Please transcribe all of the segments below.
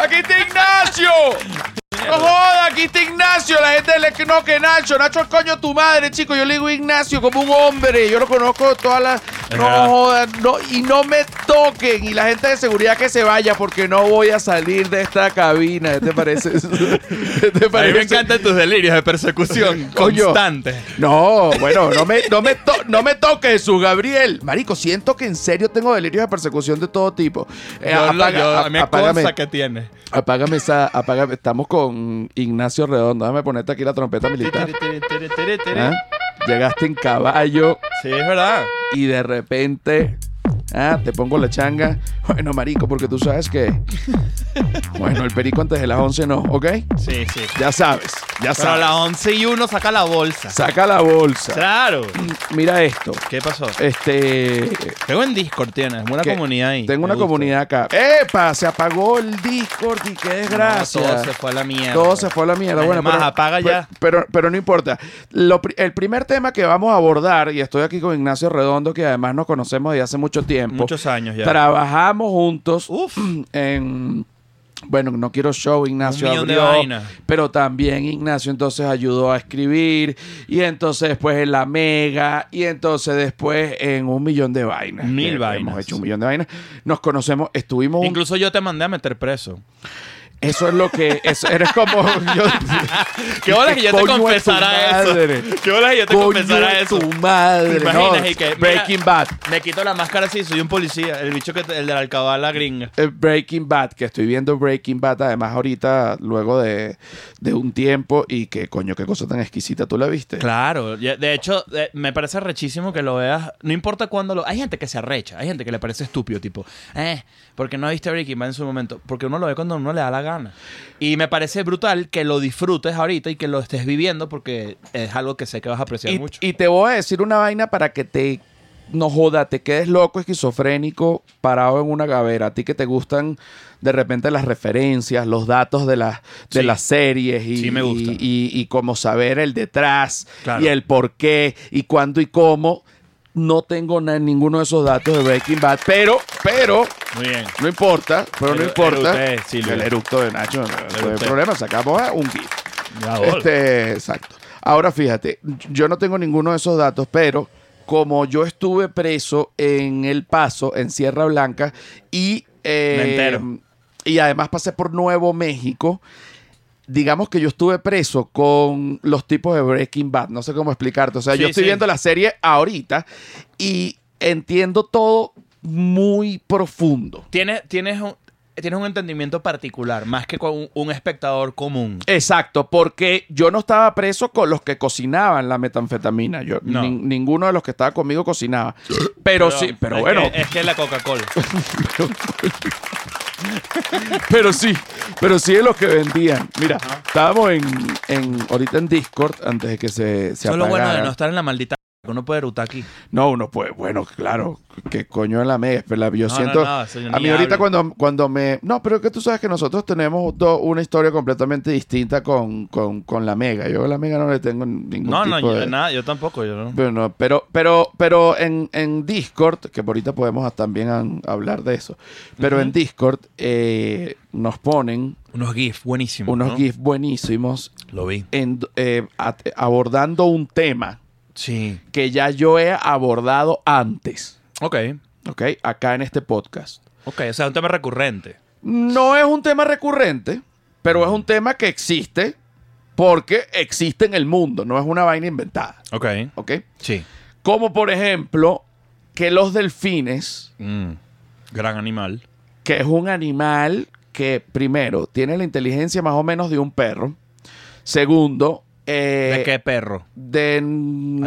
¡Aquí está Ignacio! ¡No joda! ¡Aquí está Ignacio! La gente le no que Nacho. Nacho es coño tu madre, chico. Yo le digo Ignacio como un hombre. Yo lo conozco de todas las. No verdad. jodan. No, y no me toquen. Y la gente de seguridad que se vaya porque no voy a salir de esta cabina. ¿Qué te parece? ¿Qué te A mí parece? me encantan tus delirios de persecución Coño. constante. No, bueno, no me, no me, to- no me toques, su Gabriel. Marico, siento que en serio tengo delirios de persecución de todo tipo. Eh, Yo lo- apaga- yo- a mí me apágame. consta que tiene. Apágame esa, apágame. Estamos con Ignacio Redondo. Déjame ponerte aquí la trompeta militar. ¿Ah? Llegaste en caballo Sí, es verdad. y de repente ah, te pongo la changa. Bueno, marico, porque tú sabes que. Bueno, el perico antes de las 11 no, ¿ok? Sí, sí. Ya sabes, ya Pero a sabes. las 11 y 1 saca la bolsa. Saca la bolsa. Claro. Mira esto. ¿Qué pasó? Este. Tengo en Discord, tienes. Una ¿qué? comunidad ahí. Tengo una Me gusta. comunidad acá. ¡Epa! Se apagó el Discord y qué desgracia. No, todo se fue a la mierda. Todo se fue a la mierda. Ay, Bueno, más, apaga pero- ya. Pero, pero no importa. Lo pri- el primer tema que vamos a abordar, y estoy aquí con Ignacio Redondo, que además nos conocemos desde hace mucho tiempo. Muchos años ya. Trabajamos juntos Uf. en. Bueno, no quiero show, Ignacio millón de abrió, vainas. pero también Ignacio entonces ayudó a escribir, y entonces después en La Mega, y entonces después en un millón de vainas. Mil que vainas. Hemos hecho un millón de vainas. Nos conocemos, estuvimos un- Incluso yo te mandé a meter preso. Eso es lo que... Eso, eres como... yo- ¿Qué horas que yo te coño es tu confesara madre? eso? ¿Qué horas que yo te Coño confesara de eso? tu madre. ¿Te imaginas? no, Y que, mira- Breaking Bad. Me quito la máscara si soy un policía. El bicho que te- el de la alcabala gringa. Eh, Breaking Bad, que estoy viendo Breaking Bad además ahorita, luego de, de un tiempo, y que coño, qué cosa tan exquisita tú la viste. Claro, ya- de hecho, eh, me parece rechísimo que lo veas. No importa cuándo lo. Hay gente que se arrecha, hay gente que le parece estúpido, tipo, eh, porque no viste Breaking Bad en su momento. Porque uno lo ve cuando uno le da la gana. Y me parece brutal que lo disfrutes ahorita y que lo estés viviendo porque es algo que sé que vas a apreciar Y, mucho. y te voy a decir una vaina para que te no joda, te quedes loco, esquizofrénico, parado en una gavera. A ti que te gustan de repente las referencias, los datos de las, de Sí. las series y, Sí, me gusta. y, y- y cómo saber el detrás Claro. y el por qué y cuándo y cómo. No tengo na- ninguno de esos datos de Breaking Bad, pero, pero, Muy bien. no importa, pero no El- importa. eructé, sí, lo- el eructo de Nacho, no, no hay eructé. problema, sacamos a un gif. Ya, hola. Este, exacto. Ahora fíjate, yo no tengo ninguno de esos datos, pero como yo estuve preso en El Paso, en Sierra Blanca, y, eh, Me entero. y además pasé por Nuevo México, digamos que yo estuve preso con los tipos de Breaking Bad, no sé cómo explicarte, o sea, Sí, yo estoy sí. viendo la serie ahorita y entiendo todo muy profundo. Tienes, tienes, un, tienes un entendimiento particular, más que con un, un espectador común. Exacto, porque yo no estaba preso con los que cocinaban la metanfetamina. Yo, No. nin- ninguno de los que estaba conmigo cocinaba. Pero sí, Perdón, pero es bueno, que- es que la Coca-Cola. pero sí, pero sí de los que vendían. Mira, estábamos en, en- ahorita en Discord antes de que se, se Eso es lo bueno de apagara. no estar en la maldita. que Uno puede erutar aquí. No, uno puede, bueno, claro, que coño de la mega. Pero la- yo No, siento. no, no, eso yo a ni mí ahorita hablo. cuando, cuando me. No, pero es que tú sabes que nosotros tenemos do- una historia completamente distinta con, con- con la mega. Yo a la mega no le tengo ningún No, tipo no, yo, de... nada, yo tampoco. Yo no. Pero, no, pero, pero, pero en, en Discord, que por ahorita podemos hasta también an- hablar de eso, pero en Discord eh, nos ponen Unos GIFs buenísimos. unos ¿no? GIFs buenísimos Lo vi. en- eh, at- abordando un tema Sí. que ya yo he abordado antes, Ok. ¿ok? Acá en este podcast. Ok, o sea, un tema recurrente. No es un tema recurrente, pero es un tema que existe porque existe en el mundo, no es una vaina inventada, Ok. ¿ok? Sí. Como por ejemplo que los delfines... Mm. Gran animal. que es un animal que, primero, tiene la inteligencia más o menos de un perro. Segundo, eh, ¿De qué perro? de- Hay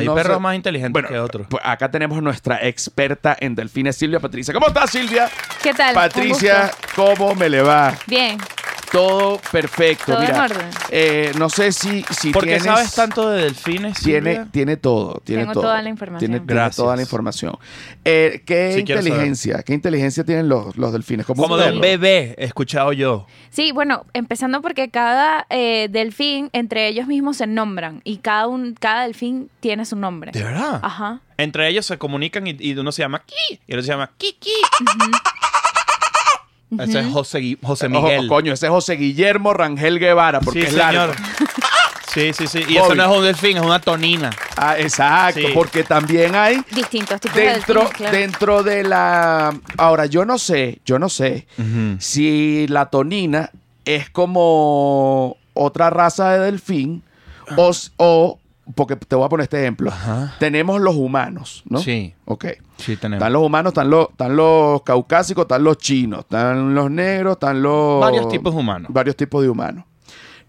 no perros sé- más inteligentes Bueno, que otros. pues acá tenemos nuestra experta en delfines, Silvia Patricia. ¿Cómo estás, Silvia? ¿Qué tal? Un Patricia, gusto. ¿cómo me le va? Bien. Todo perfecto. Todo en Mira, orden. eh, no sé si, si ¿Por qué tienes- sabes tanto de delfines? Tiene, Silvia? tiene todo. Tiene Tengo todo. toda la información. Tiene, tiene Gracias. toda la información. Eh, ¿Qué Sí, quiero saber. inteligencia? ¿Qué inteligencia tienen los, los delfines? Como, Como un de un perro. bebé, he escuchado yo. Sí, bueno, empezando porque cada eh, delfín, entre ellos mismos se nombran y cada, un, cada delfín tiene su nombre. ¿De verdad? Ajá. Entre ellos se comunican y, y uno se llama Ki y el otro se llama Kiki. Ese es José, Gui- José Ojo, Miguel. coño, ese es José Guillermo Rangel Guevara, porque sí, es largo. señor. Sí, sí, sí. Y eso Bobby. no es un delfín, es una tonina. Ah, exacto, Sí. porque también hay Distintos tipos dentro, de delfines, claro. dentro de la... Ahora, yo no sé, yo no sé Mm. si la tonina es como otra raza de delfín o, s- o- porque te voy a poner este ejemplo. Ajá. Tenemos los humanos, ¿no? Sí. Eh. Ok. Sí, tenemos. Están los humanos, están los, están los caucásicos, están los chinos, están los negros, están los... Varios tipos humanos. Varios tipos de humanos.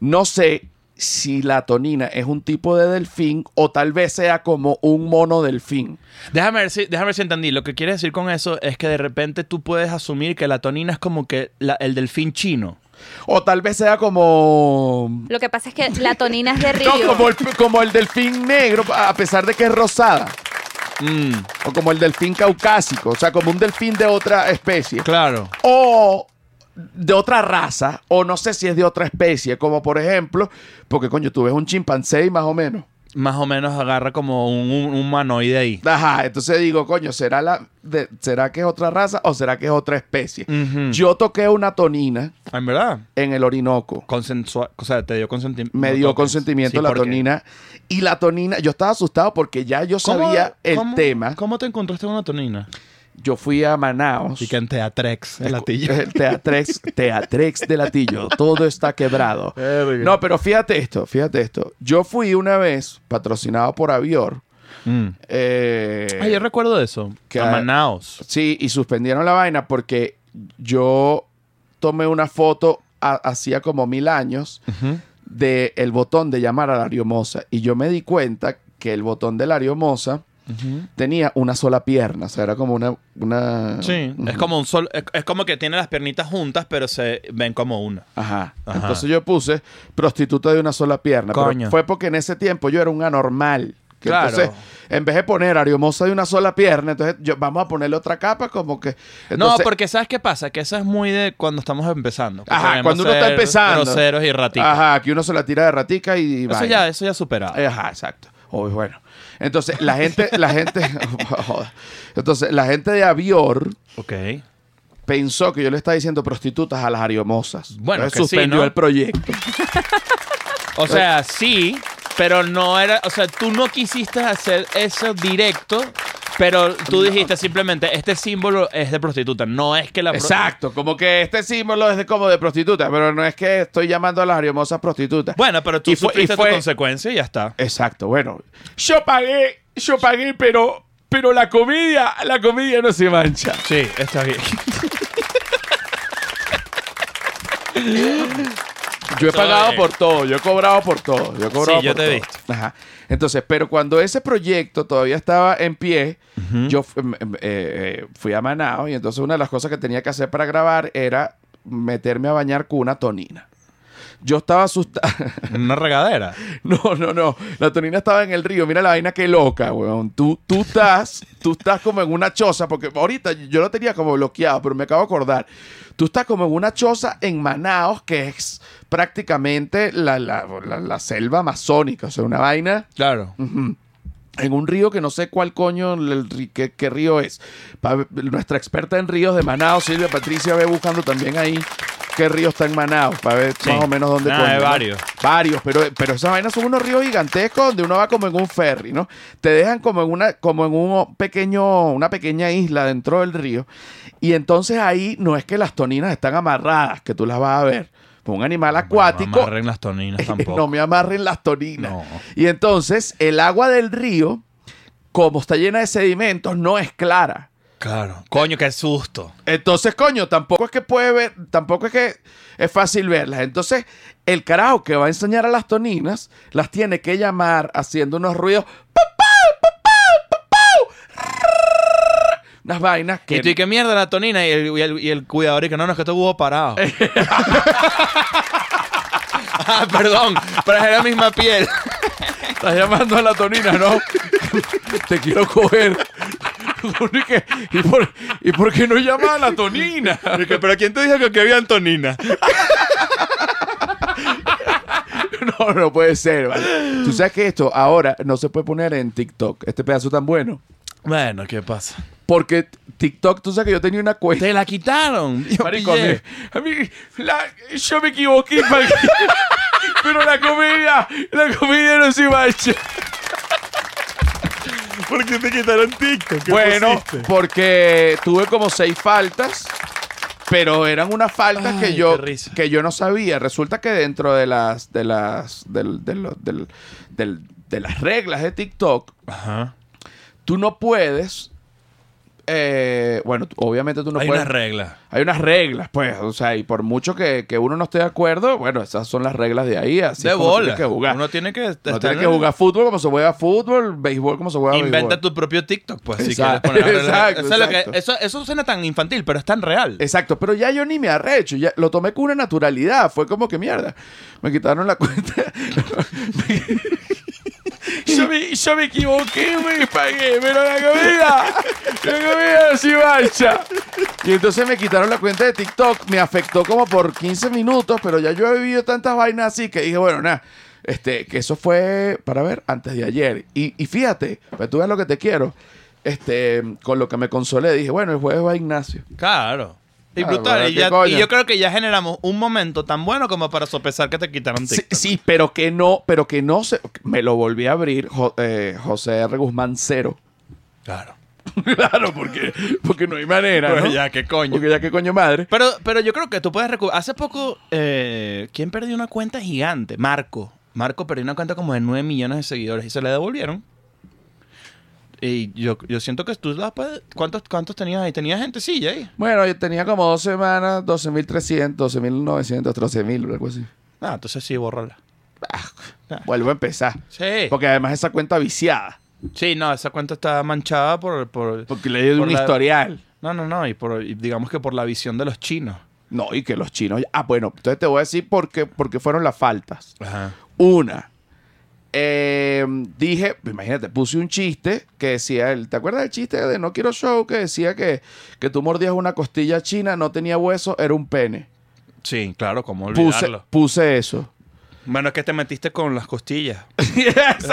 No sé si la tonina es un tipo de delfín o tal vez sea como un mono delfín. Déjame ver, si, déjame ver si entendí. Lo que quiere decir con eso es que de repente tú puedes asumir que la tonina es como que la- el delfín chino. O tal vez sea como... Lo que pasa es que la tonina es de río. No, como el, como el delfín negro, a pesar de que es rosada. Mm, O como el delfín caucásico, o sea, como un delfín de otra especie. claro. O de otra raza, o no sé si es de otra especie, como por ejemplo, porque coño, tú ves un chimpancé y más o menos. Más o menos agarra como un, un humanoide ahí. Ajá, entonces digo, coño, ¿será, la de- ¿será que es otra raza o será que es otra especie? Ujú. Yo toqué una tonina Ah, En verdad. en el Orinoco. Consensua- o sea, te dio consentimiento. Me dio consentimiento la tonina. Y la tonina, yo estaba asustado porque ya yo sabía el tema. Pues, ¿Cómo te encontraste con una tonina? Yo fui a Manaos. Y que en Teatrex, el latillo. El teatrex, teatrex de latillo. Todo está quebrado. Verga. No, pero fíjate esto, fíjate esto. Yo fui una vez patrocinado por Avior. Mm. eh, Ah, yo recuerdo eso. que- a Manaos. sí, y suspendieron la vaina porque yo tomé una foto ha- hacía como mil años Ujú. del botón de llamar a Lario Moza. Y yo me di cuenta que el botón de Lario Moza Ujú. tenía una sola pierna. O sea, era como una... una Sí, es como un sol, es, es como que tiene las piernitas juntas, pero se ven como una. Ajá. Ajá. Entonces yo puse prostituta de una sola pierna. pero Coño. fue porque en ese tiempo yo era un anormal. Que Claro. Entonces, en vez de poner ariomosa de una sola pierna, entonces yo, vamos a ponerle otra capa como que... no, entonces- porque ¿sabes qué pasa? Que eso es muy de cuando estamos empezando. que Ajá, queremos cuando uno está ser empezando. Groseros y raticos. Ajá, que uno se la tira de ratica y... Eso vaina. ya, eso ya superado. Eh, Ajá, exacto. Uy, bueno. Entonces, la gente... la gente... joda. entonces, la gente de Avior ok. pensó que yo le estaba diciendo prostitutas a las ariomosas. Bueno, Entonces, que sí, suspendió ¿no? el proyecto. eh, O sea, sí, pero no era, o sea, tú no quisiste hacer eso directo, pero tú dijiste simplemente, este símbolo es de prostituta, no es que la... pro- Exacto, como que este símbolo es de, como de prostituta, pero no es que estoy llamando a las hermosas prostitutas. Bueno, pero tú Y fue- y sufriste fue- tu consecuencia y ya está. Exacto, bueno. Yo pagué, yo pagué, pero, pero la comedia, la comedia no se mancha. Sí, está bien. Yo he Todo pagado bien. por todo, yo he cobrado por todo, yo he cobrado yo por te he todo. visto. Ajá. Entonces, pero cuando ese proyecto todavía estaba en pie, yo fu- em, em, eh, eh, fui a Manao y entonces una de las cosas que tenía que hacer para grabar era meterme a bañar con una tonina. Yo estaba asustado. Una regadera. No, no, no. La tonina estaba en el río. Mira la vaina que loca, weón. Tú, tú estás, tú estás como en una choza, porque ahorita yo lo tenía como bloqueado, pero me acabo de acordar. Tú estás como en una choza en Manaos, que es prácticamente la, la- la- la selva amazónica. O sea, una vaina Claro. en un río que no sé cuál coño, el ri- qué, qué río es. Pa- nuestra experta en ríos de Manaos, Silvia Patricia, ve buscando también ahí qué río está en Manaos, para ver Sí. más o menos dónde Ah, coño, hay ¿no? varios. Varios, pero, pero esas vainas son unos ríos gigantescos donde uno va como en un ferry, ¿no? Te dejan como en una, como en un pequeño, una pequeña isla dentro del río. Y entonces ahí no es que las toninas están amarradas, que tú las vas a ver. Pues un animal No acuático. amarren las toninas No tampoco. me amarren las toninas. No. Y entonces el agua del río, como está llena de sedimentos, no es clara. Claro. Coño, qué susto. Entonces, coño, tampoco es que puede ver, tampoco es que es fácil verlas. Entonces, el carajo que va a enseñar a las toninas las tiene que llamar haciendo unos ruidos. ¡Papau, papau, papau! Unas vainas que. Y tú, ¿y qué mierda la tonina? Y el, y el- y el cuidador, y que no, no, es que esto hubo parado. ah, perdón, pero es la misma piel. Estás llamando a la tonina, ¿no? Te quiero coger. ¿Y, qué- y por, ¿Y por qué no llamas a la tonina? pero ¿quién te dijo que aquí había Antonina? No, no puede ser, ¿vale? Tú sabes que esto ahora no se puede poner en TikTok. Este pedazo tan bueno. Bueno, ¿qué pasa? Porque TikTok, tú sabes que yo tenía una cuenta. Te la quitaron. Yo Marico, a mí- pillé. a mí- la- yo me equivoqué, marico. pero la comedia, la comedia no se marcha. ¿Por qué te quitaron TikTok? ¿Qué Bueno, pusiste? porque tuve como seis faltas, pero eran unas faltas Ay, que yo qué risa. que yo no sabía. Resulta que dentro de las de las del- de lo- del- del- de las reglas de TikTok, Ajá. tú no puedes. eh, bueno, tú- obviamente tú no hay puedes. unas reglas. hay unas reglas, pues, o sea, y por mucho que, que uno no esté de acuerdo, bueno, esas son las reglas de ahí, así De es como bola. tienes que jugar. Uno tiene que No estar tienes en que el- jugar fútbol como se juega fútbol, béisbol como se juega Inventa béisbol. tu propio TikTok, pues. si Exacto, quieres poner- exacto, eso, es lo que- exacto. eso- eso suena tan infantil, pero es tan real. Exacto, pero ya yo ni me arrecho, ya lo tomé con una naturalidad, fue como que mierda. Me quitaron la cuenta. yo, me, yo me equivoqué, me pagué, pero la comida, la comida así marcha. Y entonces me quitaron la cuenta de TikTok, me afectó como por 15 minutos, pero ya yo he vivido tantas vainas así que dije, bueno, nada. Este, que eso fue, para ver, antes de ayer. Y, y fíjate, para tú veas lo que te quiero, este, con lo que me consolé, dije, bueno, el jueves va Ignacio. Claro. Y Claro, brutal. ¿verdad? Y, ¿Qué ya- coño? y yo creo que ya generamos un momento tan bueno como para sopesar que te quitaron Sí, TikTok. sí, pero que no, pero que no se. Me lo volví a abrir Jo- eh, José R. Guzmán cero. Claro. claro, porque, porque no hay manera. Pues ¿no? ya, qué coño. Porque ya qué coño madre. Pero, pero yo creo que tú puedes recuperar. Hace poco, eh, ¿quién perdió una cuenta gigante? Marco. Marco perdió una cuenta como de 9 millones de seguidores y se la devolvieron. Y yo, yo siento que tú la puedes- ¿Cuántos, ¿Cuántos tenías ahí? ¿Tenías gente? Sí, ya ahí. Bueno, yo tenía como dos semanas, 12.300, 12.900, 13.000, algo así. Ah, entonces sí, bórrala. Vuelvo a empezar. Sí. Porque además esa cuenta viciada. Sí, no, esa cuenta está manchada por. por Porque le dio Por un la- historial. no, no, no. Y por, y digamos que por la visión de los chinos. No, y que los chinos. Ah, bueno, entonces te voy a decir por qué, por qué fueron las faltas. Ajá. Una, eh, dije, imagínate, puse un chiste que decía, el- ¿te acuerdas del chiste de No Quiero Show? Que decía que, que tú mordías una costilla china, no tenía hueso, era un pene. Sí, claro, como Puse, olvidarlo. puse eso. Bueno, es que te metiste con las costillas.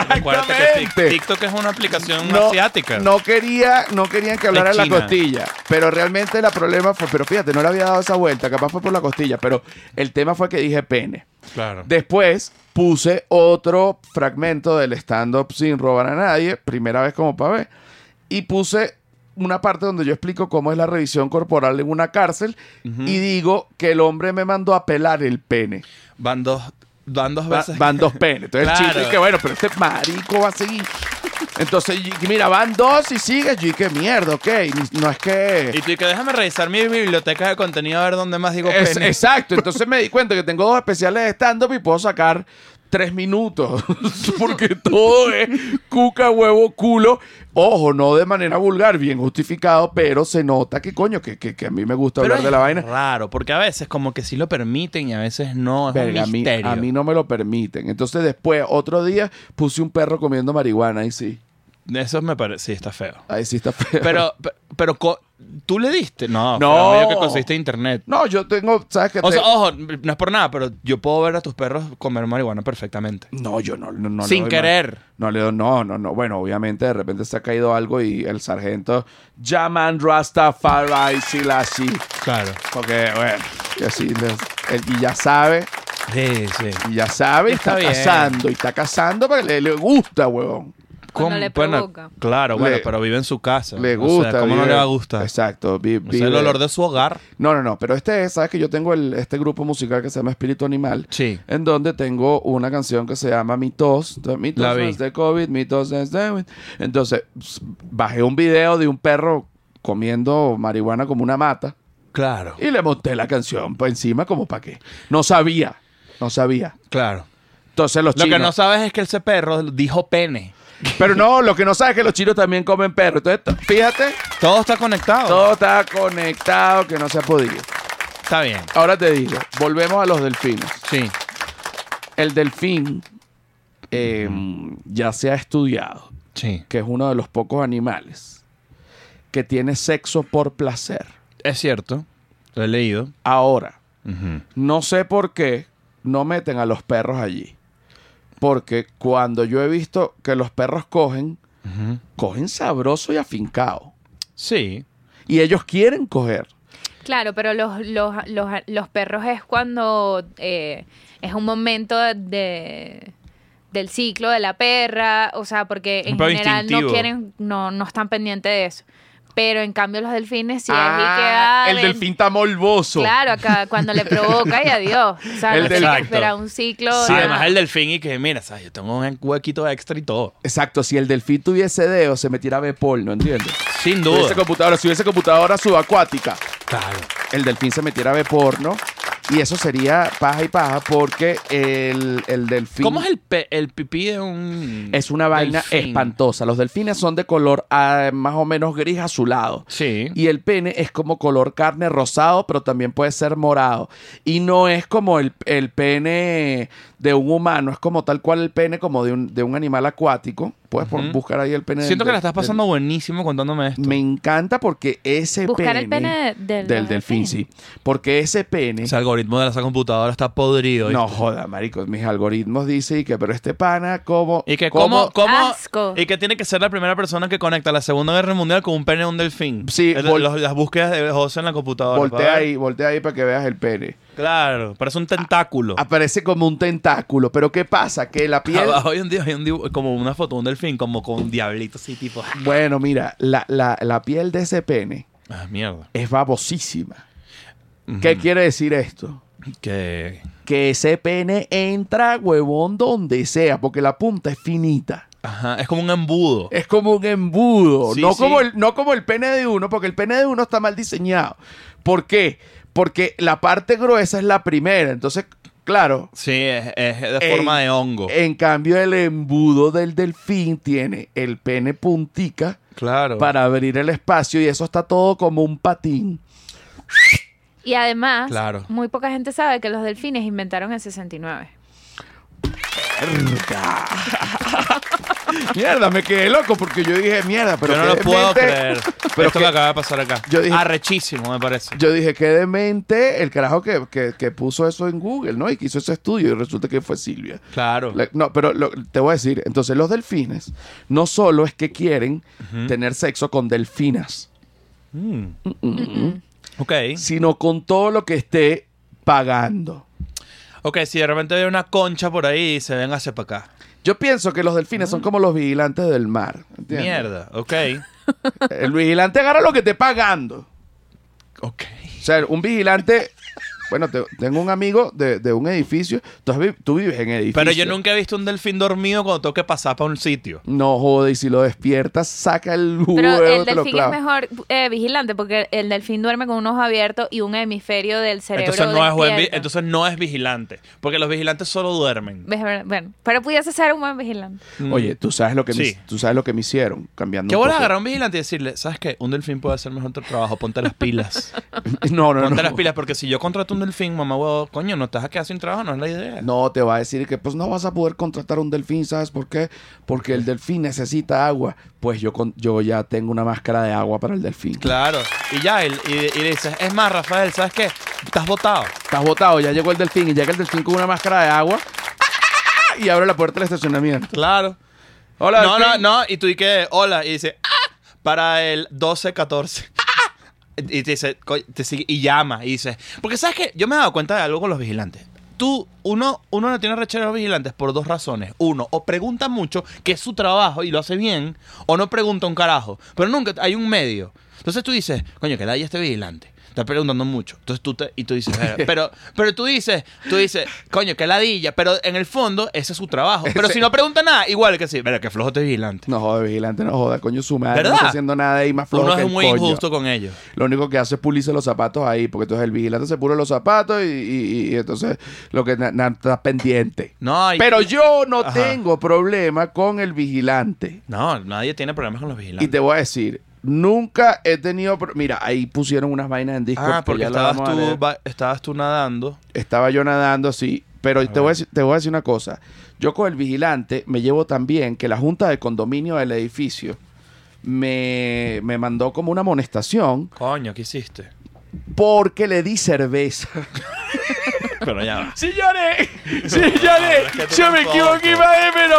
Acuérdate que Tik- Exactamente. TikTok es una aplicación No, asiática. no quería, no querían que hablara Es la china. costilla, pero realmente el problema fue, pero fíjate, no le había dado esa vuelta, capaz fue por la costilla, pero el tema fue que dije pene. Claro. Después puse otro fragmento del stand-up sin robar a nadie, primera vez como para ver, y puse una parte donde yo explico cómo es la revisión corporal en una cárcel y digo que el hombre me mandó a pelar el pene. Van dos, van dos Va- veces. van dos penes. Entonces el Claro. chiste es que bueno, pero este marico va a seguir. Entonces, y- y mira, van dos y sigue. Yo y qué mierda, ok. ni- No es que... Y tú y que déjame revisar mi biblioteca de contenido a ver dónde más digo Es- pene. exacto, entonces me di cuenta que tengo dos especiales de stand-up y puedo sacar tres minutos. Porque todo es cuca, huevo, culo. Ojo, no de manera vulgar, bien justificado, pero se nota que coño, que, que- que a mí me gusta Pero hablar de es la vaina. Raro, porque a veces como que sí lo permiten y a veces no. Es Verga, a un mí, misterio. a mí no me lo permiten. Entonces después, otro día, puse un perro comiendo marihuana. Ahí sí, Eso me parece. Sí, está feo. ahí sí está feo. Pero, pe- pero, co- ¿tú le diste? No. No. fue medio que conseguiste internet. No, yo tengo, ¿sabes qué? O Te- sea, ojo, no es por nada, pero yo puedo ver a tus perros comer marihuana perfectamente. no, yo no, no, no le Sin doy querer. más. No le doy, no, no, no. Bueno, obviamente de repente se ha caído algo y el sargento Yaman Rastafari Silasi. Claro. Porque, bueno, y así, les- él- y ya sabe, Sí, sí. y ya sabe, y está, Está bien. cazando, y está cazando porque le, le gusta, huevón. Cuando ¿Cómo? le Bueno, provoca. claro, bueno, Le- pero vive en su casa. Le O gusta. sea, ¿Cómo no vive- le va a gustar? Exacto. vi- O sea, el vive- olor de su hogar. No, no, no, pero este es, sabes que yo tengo el, este grupo musical que se llama Espíritu Animal. Sí. En donde tengo una canción que se llama Mi tos. Entonces, Mi tos La vi. es de COVID, mi tos es de COVID. Entonces, s- bajé un video de un perro comiendo marihuana como una mata Claro, y le monté la canción por encima como para qué. No sabía, no sabía. claro. Entonces los Lo que chinos... no sabes es que ese perro dijo pene. Pero no, lo que no sabes es que los chinos también comen perro. Entonces, t- fíjate, Todo está conectado. todo está conectado que no se ha podido. Está bien. Ahora te digo, volvemos a los delfines. Sí. El delfín eh, ya se ha estudiado Sí. que es uno de los pocos animales que tiene sexo por placer. Es cierto. Lo he leído. Ahora, no sé por qué no meten a los perros allí. Porque cuando yo he visto que los perros cogen, cogen sabroso y afincado. Sí. Y ellos quieren coger. Claro, pero los, los, los, los perros es cuando eh, es un momento de del ciclo de la perra, o sea, porque en Un pedo general no instintivo. quieren, no, no están pendientes de eso. Pero en cambio los delfines sí Ah, es y que, ah, el ven- delfín está morboso. Claro, acá cuando le provoca y adiós. O sea, El no tienen que delfín. esperar un ciclo. Ah. Sí, nada. además el delfín y que, mira, ¿sabes? yo tengo un huequito extra y todo. Exacto, si el delfín tuviese dedos, se metiera a ver porno, ¿entiendes? Sin Si hubiese duda. computadora, si hubiese computadora subacuática, Claro. el delfín se metiera a ver porno. Y eso sería paja y paja porque el, el delfín ¿Cómo es el, pe- el pipí de un. es una vaina delfín? espantosa. Los delfines son de color ah, más o menos gris azulado. Sí. Y el pene es como color carne rosado, pero también puede ser morado. Y no es como el, el pene de un humano, es como tal cual el pene como de un, de un animal acuático. Puedes por- Ujú. buscar ahí el pene. del- Siento que la estás del- pasando buenísimo contándome esto. Me encanta porque ese Buscar pene. el pene del, del delfín, sí. Porque ese pene. Ese algoritmo de esa computadora está podrido. No joda, marico. Mis algoritmos dicen y que, pero este pana, ¿cómo? Y que cómo, cómo Asco. y que tiene que ser la primera persona que conecta la Segunda Guerra Mundial con un pene de un delfín. Sí, El- vol- los- las búsquedas de José en la computadora. Voltea para ver. ahí, voltea ahí para que veas el pene. Claro, parece un tentáculo. Aparece como un tentáculo, pero ¿qué pasa? Que la piel. Ah, Hoy en día hay un dibu- como una foto de un delfín como con un diablito así tipo. ah, Bueno, mira, la, la- la piel de ese pene Ah, mierda. es babosísima. ¿Qué quiere decir esto? Que Que ese pene entra huevón donde sea, porque la punta es finita. ajá, es como un embudo. Es como un embudo. Sí, no, sí. Como el, no como el pene de uno, porque el pene de uno está mal diseñado. ¿Por qué? Porque la parte gruesa es la primera. Entonces, claro. Sí, es, es de en- forma de hongo. En cambio, el embudo del delfín tiene el pene puntica claro. para abrir el espacio y eso está todo como un patín. Y además, Claro. muy poca gente sabe que los delfines inventaron el 69. Mierda. Mierda, me quedé loco porque yo dije, mierda, pero Yo no qué lo puedo demente. creer. Pero que- Esto que acaba de pasar acá. Yo dije- Arrechísimo, me parece. Yo dije, qué demente el carajo que, que- que puso eso en Google, ¿no? Y que hizo ese estudio y resulta que fue Silvia. Claro. La- no, pero lo- te voy a decir, entonces los delfines no solo es que quieren tener sexo con delfinas, Mm. Ok. sino con todo lo que esté pagando. Ok, si de repente hay una concha por ahí, se ven hacia para acá. Yo pienso que los delfines son como los vigilantes del mar. ¿entiendes? Ah. Mierda. Ok. El vigilante agarra lo que esté pagando. Ok. O sea, un vigilante. Bueno, te- tengo un amigo de, de un edificio. Tú, has vi- tú vives en edificio. Pero yo nunca he visto un delfín dormido cuando tengo que pasar para un sitio. No jode, y si lo despiertas, saca el Uh, huevo Pero el te lo delfín es clava. mejor eh, vigilante porque el delfín duerme con un ojo abierto y un hemisferio del cerebro Entonces no, es buen vi- despierto. entonces no es vigilante. Porque los vigilantes solo duermen. Ves, Bueno, pero pudiese ser un buen vigilante. Oye, tú sabes lo que Mm. Sí. me, tú sabes lo que me hicieron cambiando. ¿Qué un bola poco. agarrar a un vigilante y decirle, ¿sabes qué? Un delfín puede hacer mejor tu trabajo, ponte las pilas. No, no, Ponte no. las pilas, porque si yo contrato un delfín, mamá huevo, coño, no estás a quedar sin trabajo, no es la idea. No, te va a decir que pues no vas a poder contratar un delfín, ¿sabes por qué? Porque el delfín necesita agua. Pues yo con- yo ya tengo una máscara de agua para el delfín. Claro. Y ya, y, y- y le dices, es más, Rafael, ¿sabes qué? Estás botado. Estás botado, ya llegó el delfín y llega el delfín con una máscara de agua ¡Ah! y abre la puerta del estacionamiento. Claro. Hola, no, no, delfín. no. Y tú y que, hola. Y dice, "Ah", para el 12-14. Y te dice, co- te sigue- y llama. Y dice, porque sabes que yo me he dado cuenta de algo con los vigilantes. Tú, uno, uno no tiene rechera a los vigilantes por dos razones. Uno, o pregunta mucho, que es su trabajo y lo hace bien, o no pregunta un carajo. Pero nunca hay un medio. Entonces tú dices, coño, que da ya este vigilante. Está preguntando mucho. Entonces tú te, y tú dices, "Verga". pero, pero tú dices, tú dices, coño, que ladilla. Pero en el fondo, ese es su trabajo. Pero si no pregunta nada, igual que sí, pero que flojo este vigilante. No joda, vigilante, no joda, coño, su madre. No ¿Verdad? está haciendo nada ahí más flojo Uno que es el muy coño. injusto con ellos. Lo único que hace es pulirse los zapatos ahí, porque entonces el vigilante se pule los zapatos y, y- y entonces lo que na- na- está pendiente. No, y- Pero yo no Ajá. tengo problema con el vigilante. No, nadie tiene problemas con los Y vigilantes. te voy a decir, nunca he tenido... pro- Mira, ahí pusieron unas vainas en disco. ah, que porque ya las estabas vamos a leer. tú, va- estabas tú nadando. estaba yo nadando así. Pero te voy, a decir, te voy a decir una cosa. Yo con el vigilante me llevo también que la junta de condominio del edificio me, me mandó como una amonestación Coño, ¿qué hiciste? porque le di cerveza. Pero ya va. ¡Sí lloré! ¡Sí lloré! es que tú Yo me tampoco. equivoqué, madre, pero...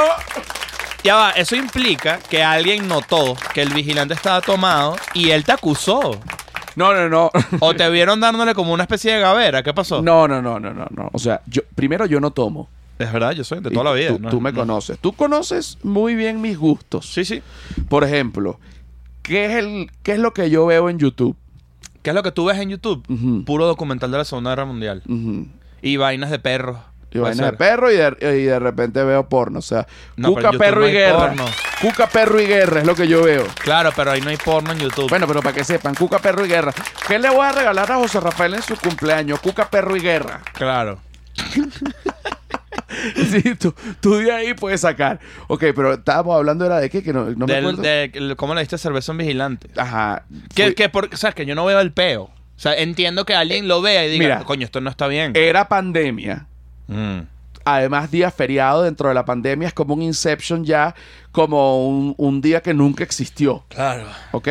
Ya va, eso implica que alguien notó que el vigilante estaba tomado y él te acusó. No, no, no. O te vieron dándole como una especie de gavera. ¿Qué pasó? No, no, no, no, no, no. O sea, yo, primero yo no tomo. Es verdad, yo soy de toda la Y vida. Tú, ¿no? tú me No. conoces. Tú conoces muy bien mis gustos. Sí, sí. Por ejemplo, ¿qué es, el, ¿qué es lo que yo veo en YouTube? ¿Qué es lo que tú ves en YouTube? Ujú. Puro documental de la Segunda Guerra Mundial. Ujú. Y vainas de perros. Y Puede vaina de ser. perro y de, y de repente veo porno. O sea, No, pero cuca, en YouTube perro no y hay guerra. porno. Cuca, perro y guerra es lo que yo veo. Claro, pero ahí no hay porno en YouTube. Bueno, pero para que sepan, Cuca, perro y guerra. ¿Qué le voy a regalar a José Rafael en su cumpleaños? Cuca, perro y guerra. Claro. Sí, tú, tú de ahí puedes sacar. Ok, pero estábamos hablando era de qué, que no, no me Del- acuerdo. de- el- ¿Cómo le diste cerveza a un vigilante? Ajá. Que, Fui- que por, o sea, que yo no veo el peo. O sea, entiendo que alguien lo vea y diga, Mira. Eh, coño, esto no está bien. Era pandemia. Mm. Además, día feriado dentro de la pandemia es como un Inception ya, como un, un día que nunca existió. Claro. ¿Ok?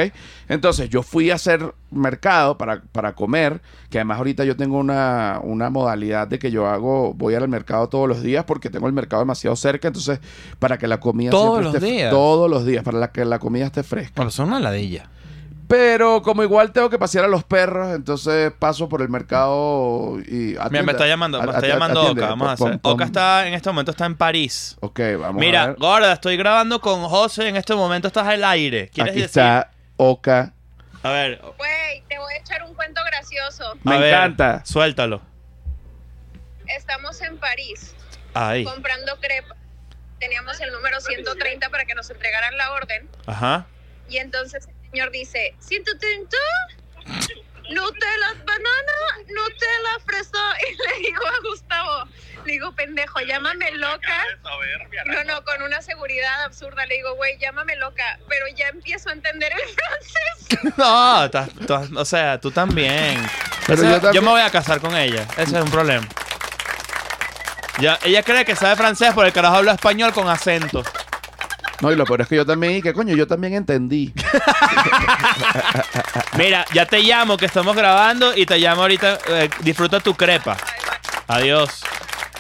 Entonces, yo fui a hacer mercado para, para comer, que además ahorita yo tengo una, una modalidad de que yo hago, voy al mercado todos los días porque tengo el mercado demasiado cerca, entonces, para que la comida Todos siempre los esté fre- días. Todos los días, para la que la comida esté fresca. Bueno, son una ladilla. Pero como igual tengo que pasear a los perros, entonces paso por el mercado y... Mira, me está llamando, me está llamando Oka. Vamos a hacer. Oka está, en este momento está en París. Ok, vamos a Mira, ver. gorda, estoy grabando con José. En este momento estás al aire. ¿Quieres Aquí decir? está Oka. A ver, a Güey, te voy a echar un cuento gracioso. Me ver, encanta. Suéltalo. Estamos en París Ahí. comprando crepa. Teníamos el número 130 para que nos entregaran la orden. Ajá. Y entonces el señor dice, 130, Nutella banana, Nutella fresa. Y le digo a Gustavo, le digo, pendejo, llámame loca. No, no, con una seguridad absurda. Le digo, güey, llámame loca. Pero ya empiezo a entender el francés. No, estás- estás- o sea, tú también. Pero O sea, yo también- me voy a casar con ella. Ese es un problema. Ya, ella cree que sabe francés porque el carajo habla español con acento. No, y lo peor es que yo también... ¿Y qué coño? Yo también entendí. Mira, ya te llamo que estamos grabando y te llamo ahorita. eh, disfruta tu crepa. Adiós.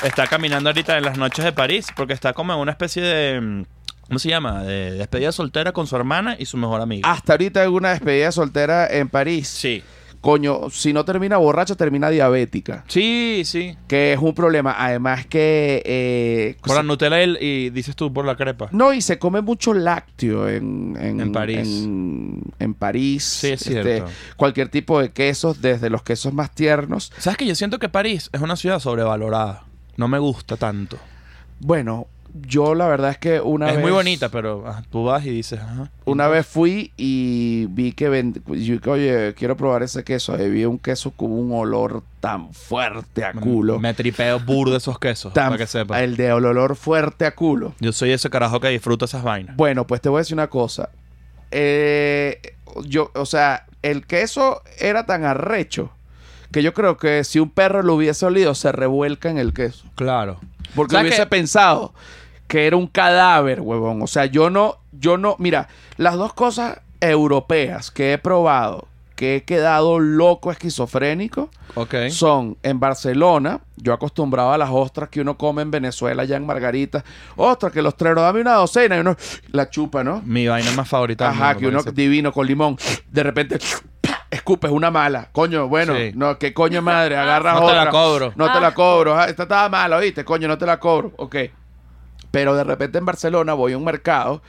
Está caminando ahorita en las noches de París porque está como en una especie de. mm, ¿Cómo se llama? De despedida soltera con su hermana y su mejor amiga. Hasta ahorita hay una despedida soltera en París. Sí. Coño, si no termina borracha, termina diabética. Sí, sí. Que es un problema. Además que... eh, Por la Nutella y, y dices tú por la crepa. No, y se come mucho lácteo en, en, En París. En, en París. Este, Sí, es cierto. Cualquier tipo de quesos, desde los quesos más tiernos. ¿Sabes que yo siento que París es una ciudad sobrevalorada? No me gusta tanto. Bueno, yo la verdad es que una es vez. muy bonita, pero ah, tú vas y dices, ajá. Una vez fui y vi que vend- yo dije, oye, quiero probar ese queso. Y vi un queso con un olor tan fuerte a culo. Mm, Me tripeo burdo esos quesos, tan- para que sepas. El de olor fuerte a culo. Yo soy ese carajo que disfruta esas vainas. Bueno, pues te voy a decir una cosa. Eh, yo, o sea, el queso era tan arrecho que yo creo que si un perro lo hubiese olido, se revuelca en el queso. Claro. Porque ¿Sabes hubiese qué? pensado que era un cadáver, huevón. O sea, yo no, yo no, mira, las dos cosas europeas que he probado, que he quedado loco esquizofrénico, Ok. son en Barcelona, yo acostumbrado a las ostras que uno come en Venezuela, ya en Margarita, ostras que los treros, dame una docena y uno la chupa, ¿no? Mi vaina más favorita. del Ajá, mundo, que uno parece. divino con limón, de repente ¡pa! escupes una mala. Coño, bueno, Sí. no, qué coño madre, agarras No te la otra. cobro. No te Ah. la cobro. Ah, Esta estaba mala, ¿oíste? Coño, no te la cobro. Ok. Pero de repente en Barcelona voy a un mercado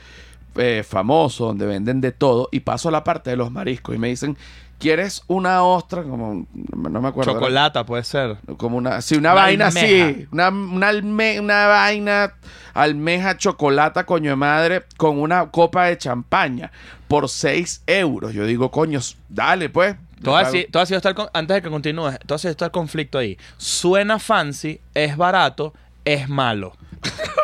eh, famoso donde venden de todo y paso a la parte de los mariscos y me dicen, ¿quieres una ostra? Como, no me acuerdo. Chocolata puede ser. Como una, sí, una, Una vaina así, almeja. una, una, alme- una vaina, almeja, chocolata, coño de madre, con una copa de champaña por 6 euros. Yo digo, coño, s- dale pues. Tú has, sido- tú has sido estar con- antes de que continúes, tú has sido estar conflicto ahí. Suena fancy, es barato, es malo.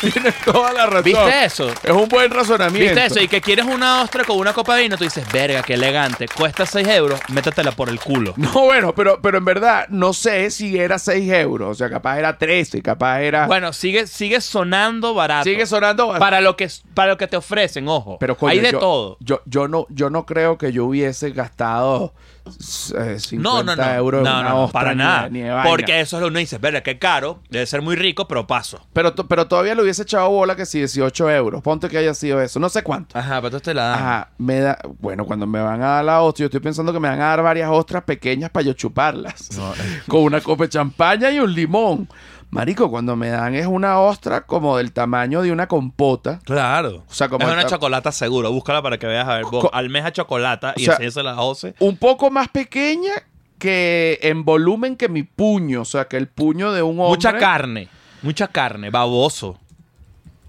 Tienes toda la razón. ¿Viste eso? Es un buen razonamiento. ¿Viste eso? Y que quieres una ostra con una copa de vino, tú dices, verga, qué elegante, cuesta 6 euros, métatela por el culo. No, bueno, pero, pero en verdad no sé si era 6 euros, o sea, capaz era 13, capaz era... Bueno, sigue, sigue sonando barato. sigue sonando... para lo que Para lo que te ofrecen, ojo. Pero coño, Hay de yo- todo. Yo, yo, no, yo no creo que yo hubiese gastado eh, 50 No, no, no. euros en no, una no, no, ostra, para ni de- nada. ni de vaina. Porque eso es lo que uno dice, verga, qué caro, debe ser muy rico, pero paso. Pero, to- pero todavía le hubiese echado bola que si 18 euros. Ponte que haya sido eso. No sé cuánto. Ajá, pero tú te la Ajá, me da. Bueno, cuando me van a dar la ostra, yo estoy pensando que me van a dar varias ostras pequeñas para yo chuparlas. eh. Con una copa de champaña y un limón. Marico, cuando me dan es una ostra como del tamaño de una compota. Claro. O sea, como es una esta- chocolata seguro. Búscala para que veas, a ver, vos, Co- almeja chocolata y O sea- así se las 12. Un poco más pequeña que en volumen que mi puño. O sea, que el puño de un hombre. Mucha carne. Mucha carne, baboso.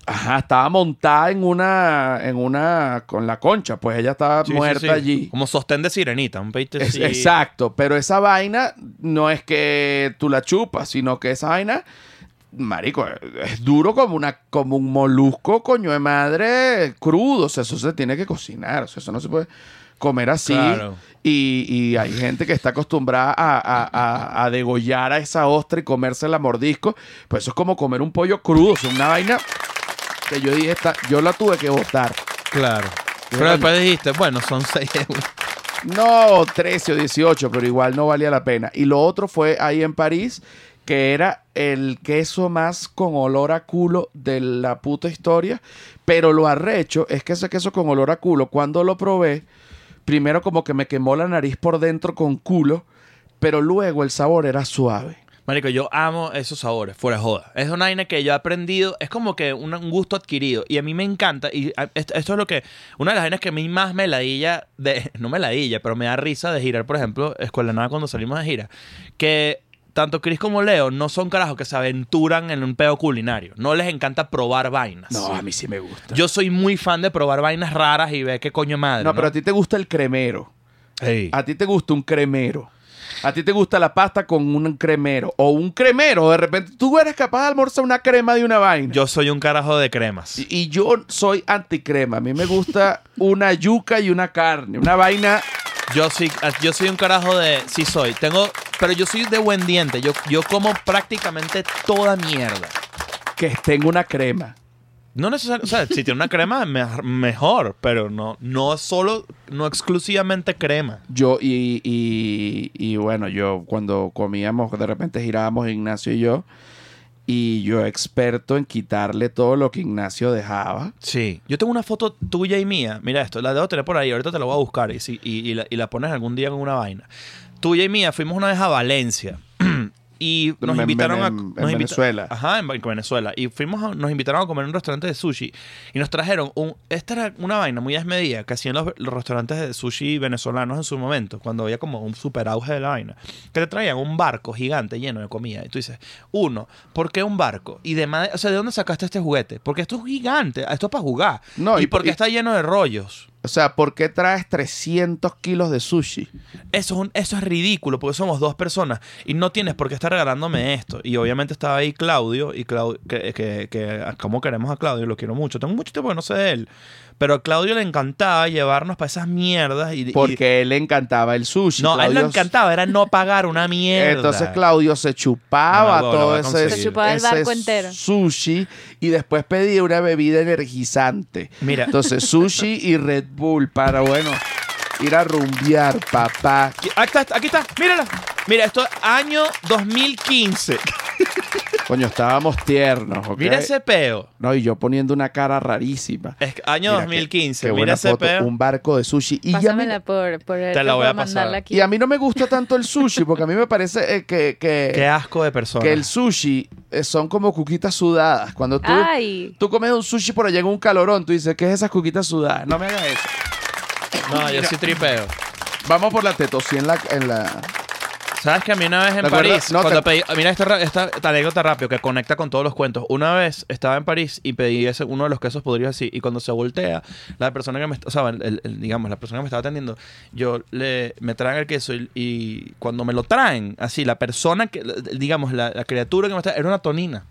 Ajá, estaba montada en una. en una. con la concha. Pues ella estaba Sí, sí, muerta sí. allí. Como sostén de sirenita, un peite Es- así. Exacto, pero esa vaina no es que tú la chupas, sino que esa vaina, marico, es duro como, una, como un molusco, coño de madre, crudo. O sea, eso se tiene que cocinar, o sea, eso no se puede comer así. Claro. Y, y hay gente que está acostumbrada a, a- a- a degollar a esa ostra y comérsela a mordisco. Pues eso es como comer un pollo crudo, o sea, una vaina que yo dije, esta- yo la tuve que botar. Claro. Pero Bueno. después dijiste, bueno, son 6 euros. No, 13 o 18, pero igual no valía la pena. Y lo otro fue ahí en París, que era el queso más con olor a culo de la puta historia. Pero lo arrecho es que ese queso con olor a culo, cuando lo probé, primero como que me quemó la nariz por dentro con culo, pero luego el sabor era suave. Marico, yo amo esos sabores, fuera de joda. Es una vaina que yo he aprendido, es como que un, un gusto adquirido. Y a mí me encanta, y a- est- esto es lo que, una de las vainas que a mí más me ladilla, de, no me ladilla, pero me da risa de girar, por ejemplo, Escuela Nada cuando salimos de gira, que tanto Chris como Leo no son carajos que se aventuran en un pedo culinario. No les encanta probar vainas. No, a mí sí me gusta. Yo soy muy fan de probar vainas raras y ver qué coño madre. no, pero a ti te gusta el cremero. Ey. A ti te gusta un cremero. A ti te gusta la pasta con un cremero. O un cremero. De repente tú eres capaz de almorzar una crema de una vaina. Yo soy un carajo de cremas. Y- y yo soy anticrema. A mí me gusta una yuca y una carne. Una vaina. Yo sí, ah, yo soy un carajo de. Sí soy. Tengo. Pero yo soy de buen diente. Yo, yo como prácticamente toda mierda. que tenga una crema. No necesariamente. O sea, si tiene una crema, me- mejor. Pero no, no solo, no exclusivamente crema. Yo, y, y- y bueno, yo cuando comíamos, de repente girábamos Ignacio y yo. Y yo experto en quitarle todo lo que Ignacio dejaba. Sí. Yo tengo una foto tuya y mía. Mira esto, la debo tener por ahí. Ahorita te la voy a buscar y, si- y- y la, y la pones algún día con una vaina. Tuya y mía fuimos una vez a Valencia. Y En- nos en- invitaron a... en- en nos invita- Venezuela. Ajá, en, en Venezuela. Y fuimos a- nos invitaron a comer en un restaurante de sushi. Y nos trajeron un... Esta era una vaina muy desmedida que hacían los, los restaurantes de sushi venezolanos en su momento, cuando había como un super auge de la vaina. Que te traían un barco gigante lleno de comida. Y tú dices, uno, ¿por qué un barco? Y de madre- O sea, ¿de dónde sacaste este juguete? Porque esto es gigante. Esto es para jugar. No, y, y- porque y- está lleno de rollos. O sea, ¿por qué traes 300 kilos de sushi? Eso es, un- eso es ridículo porque somos dos personas y no tienes por qué estar regalándome esto. Y obviamente estaba ahí Claudio, y Clau- que, que, que- como queremos a Claudio, lo quiero mucho. Tengo mucho tiempo que no sé de él, pero a Claudio le encantaba llevarnos para esas mierdas. Y, y- Porque a él le encantaba el sushi. no, a él le Claudio- encantaba, era no pagar una mierda. Entonces Claudio se chupaba No, no, no, todo no, no, ese, Se chupaba el ese barco entero. sushi y después pedía una bebida energizante. Mira. Entonces sushi y Red Bull para, bueno, ir a rumbear, papá. Aquí aquí está, aquí está, mírala. Mira, esto es año 2015. Coño, estábamos tiernos, ¿ok? Mira ese peo. No, y yo poniendo una cara rarísima. Es que- año Mira qué- 2015, qué mira buena ese foto, peo. Un barco de sushi. Y ya Pásamela por, por Te la voy a por mandarla pasar. Y a mí no me gusta tanto el sushi porque a mí me parece eh, que, que, Qué asco de persona. que el sushi eh, son como cuquitas sudadas. Cuando tú, Ay, tú comes un sushi por allá en un calorón, tú dices, ¿qué es esas cuquitas sudadas? No me hagas eso. No, yo sí tripeo. Vamos por la tetosí en la... En la... ¿Sabes que a mí una vez en ¿Te acuerdas? París, No, cuando te- pedí, mira esta, ra- esta, esta anécdota rápido que conecta con todos los cuentos. Una vez estaba en París y pedí ese, uno de los quesos podridos así y cuando se voltea, la persona que me, est- o sea, el- el- el- digamos, la persona que me estaba atendiendo, yo le, me traen el queso y, y cuando me lo traen, así, la persona que, digamos, la, la criatura que me estaba, era una tonina.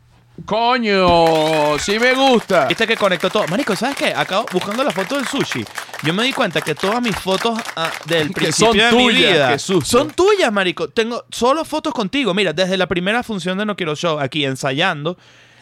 ¡Coño! ¡Sí me gusta! Viste que conectó todo. Marico, ¿sabes qué? Acabo buscando la foto del sushi. Yo me di cuenta que todas mis fotos ah, del Que principio son de mi tuyas, vida qué susto. son tuyas, marico. Tengo solo fotos contigo. Mira, desde la primera función de No Quiero Show, aquí ensayando,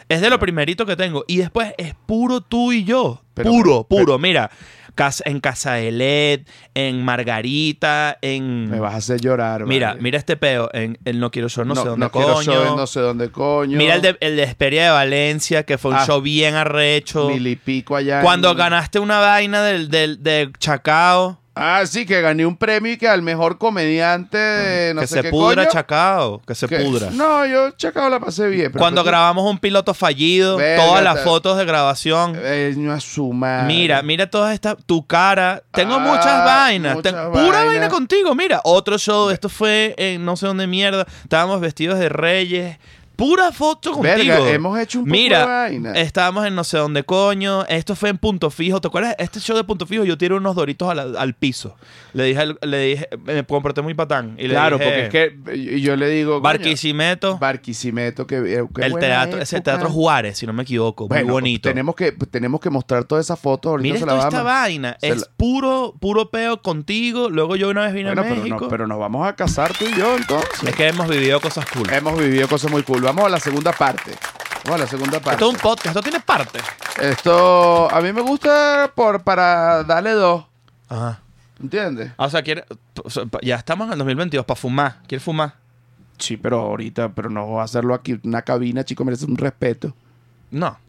es de lo primerito que tengo. Y después es puro tú y yo. Pero- puro, pero- puro. Mira, Cas- en Casa de Led, en Margarita, en... Me vas a hacer llorar. Mm. mira, vale. mira este peo, en, en No Quiero Show, no, sé dónde quiero coño. saber no sé dónde coño. Mira el de, el de Esperia de Valencia, que fue un Ah. show bien arrecho. Milipico allá. en- Cuando ganaste una vaina del, del, de Chacao, Ah, sí, que gané un premio y que al mejor comediante de no que sé se qué pudra coño, Chacao, que se que- pudra. No, yo Chacao la pasé bien. pero Cuando pues- grabamos un piloto fallido, Verga, todas las te- fotos de grabación. Eh, no asuma. Mira, mira todas estas, tu cara. Tengo Ah, muchas vainas. muchas ten- pura vaina vainas. contigo. Mira, otro show. Esto fue en no sé dónde mierda. Estábamos vestidos de reyes. Pura foto contigo. Verga, hemos hecho un poco Mira, de vaina. estábamos en no sé dónde coño. Esto fue en Punto Fijo. ¿Te acuerdas? Este show de Punto Fijo yo tiré unos doritos a la- al piso. Le dije, al- le dije, me comporté muy patán. Y le Claro, dije, porque es que y- y yo le digo. coño, Barquisimeto, Barquisimeto, que, eh, qué el buena teatro, ese época. teatro Juárez, si no me equivoco. muy Bueno, bonito. Tenemos que, tenemos que mostrar todas esas fotos. Ahorita Mira se esto, la esta vamos. vaina. Se es la- puro, puro peo contigo. Luego yo una vez vine Bueno, a pero, México. no- pero nos vamos a casar tú y yo entonces. Es que hemos vivido cosas cool. Hemos vivido cosas muy cool. Vamos a la segunda parte. Vamos a la segunda parte. Esto es un podcast, esto tiene partes. Esto a mí me gusta por para darle dos, Ajá. ¿entiendes? Ah, O sea, quiere, o sea, pa- ya estamos en el 2022 para fumar. ¿Quiere fumar? Sí, pero ahorita, pero no hacerlo aquí en una cabina, chico, merece un respeto. No.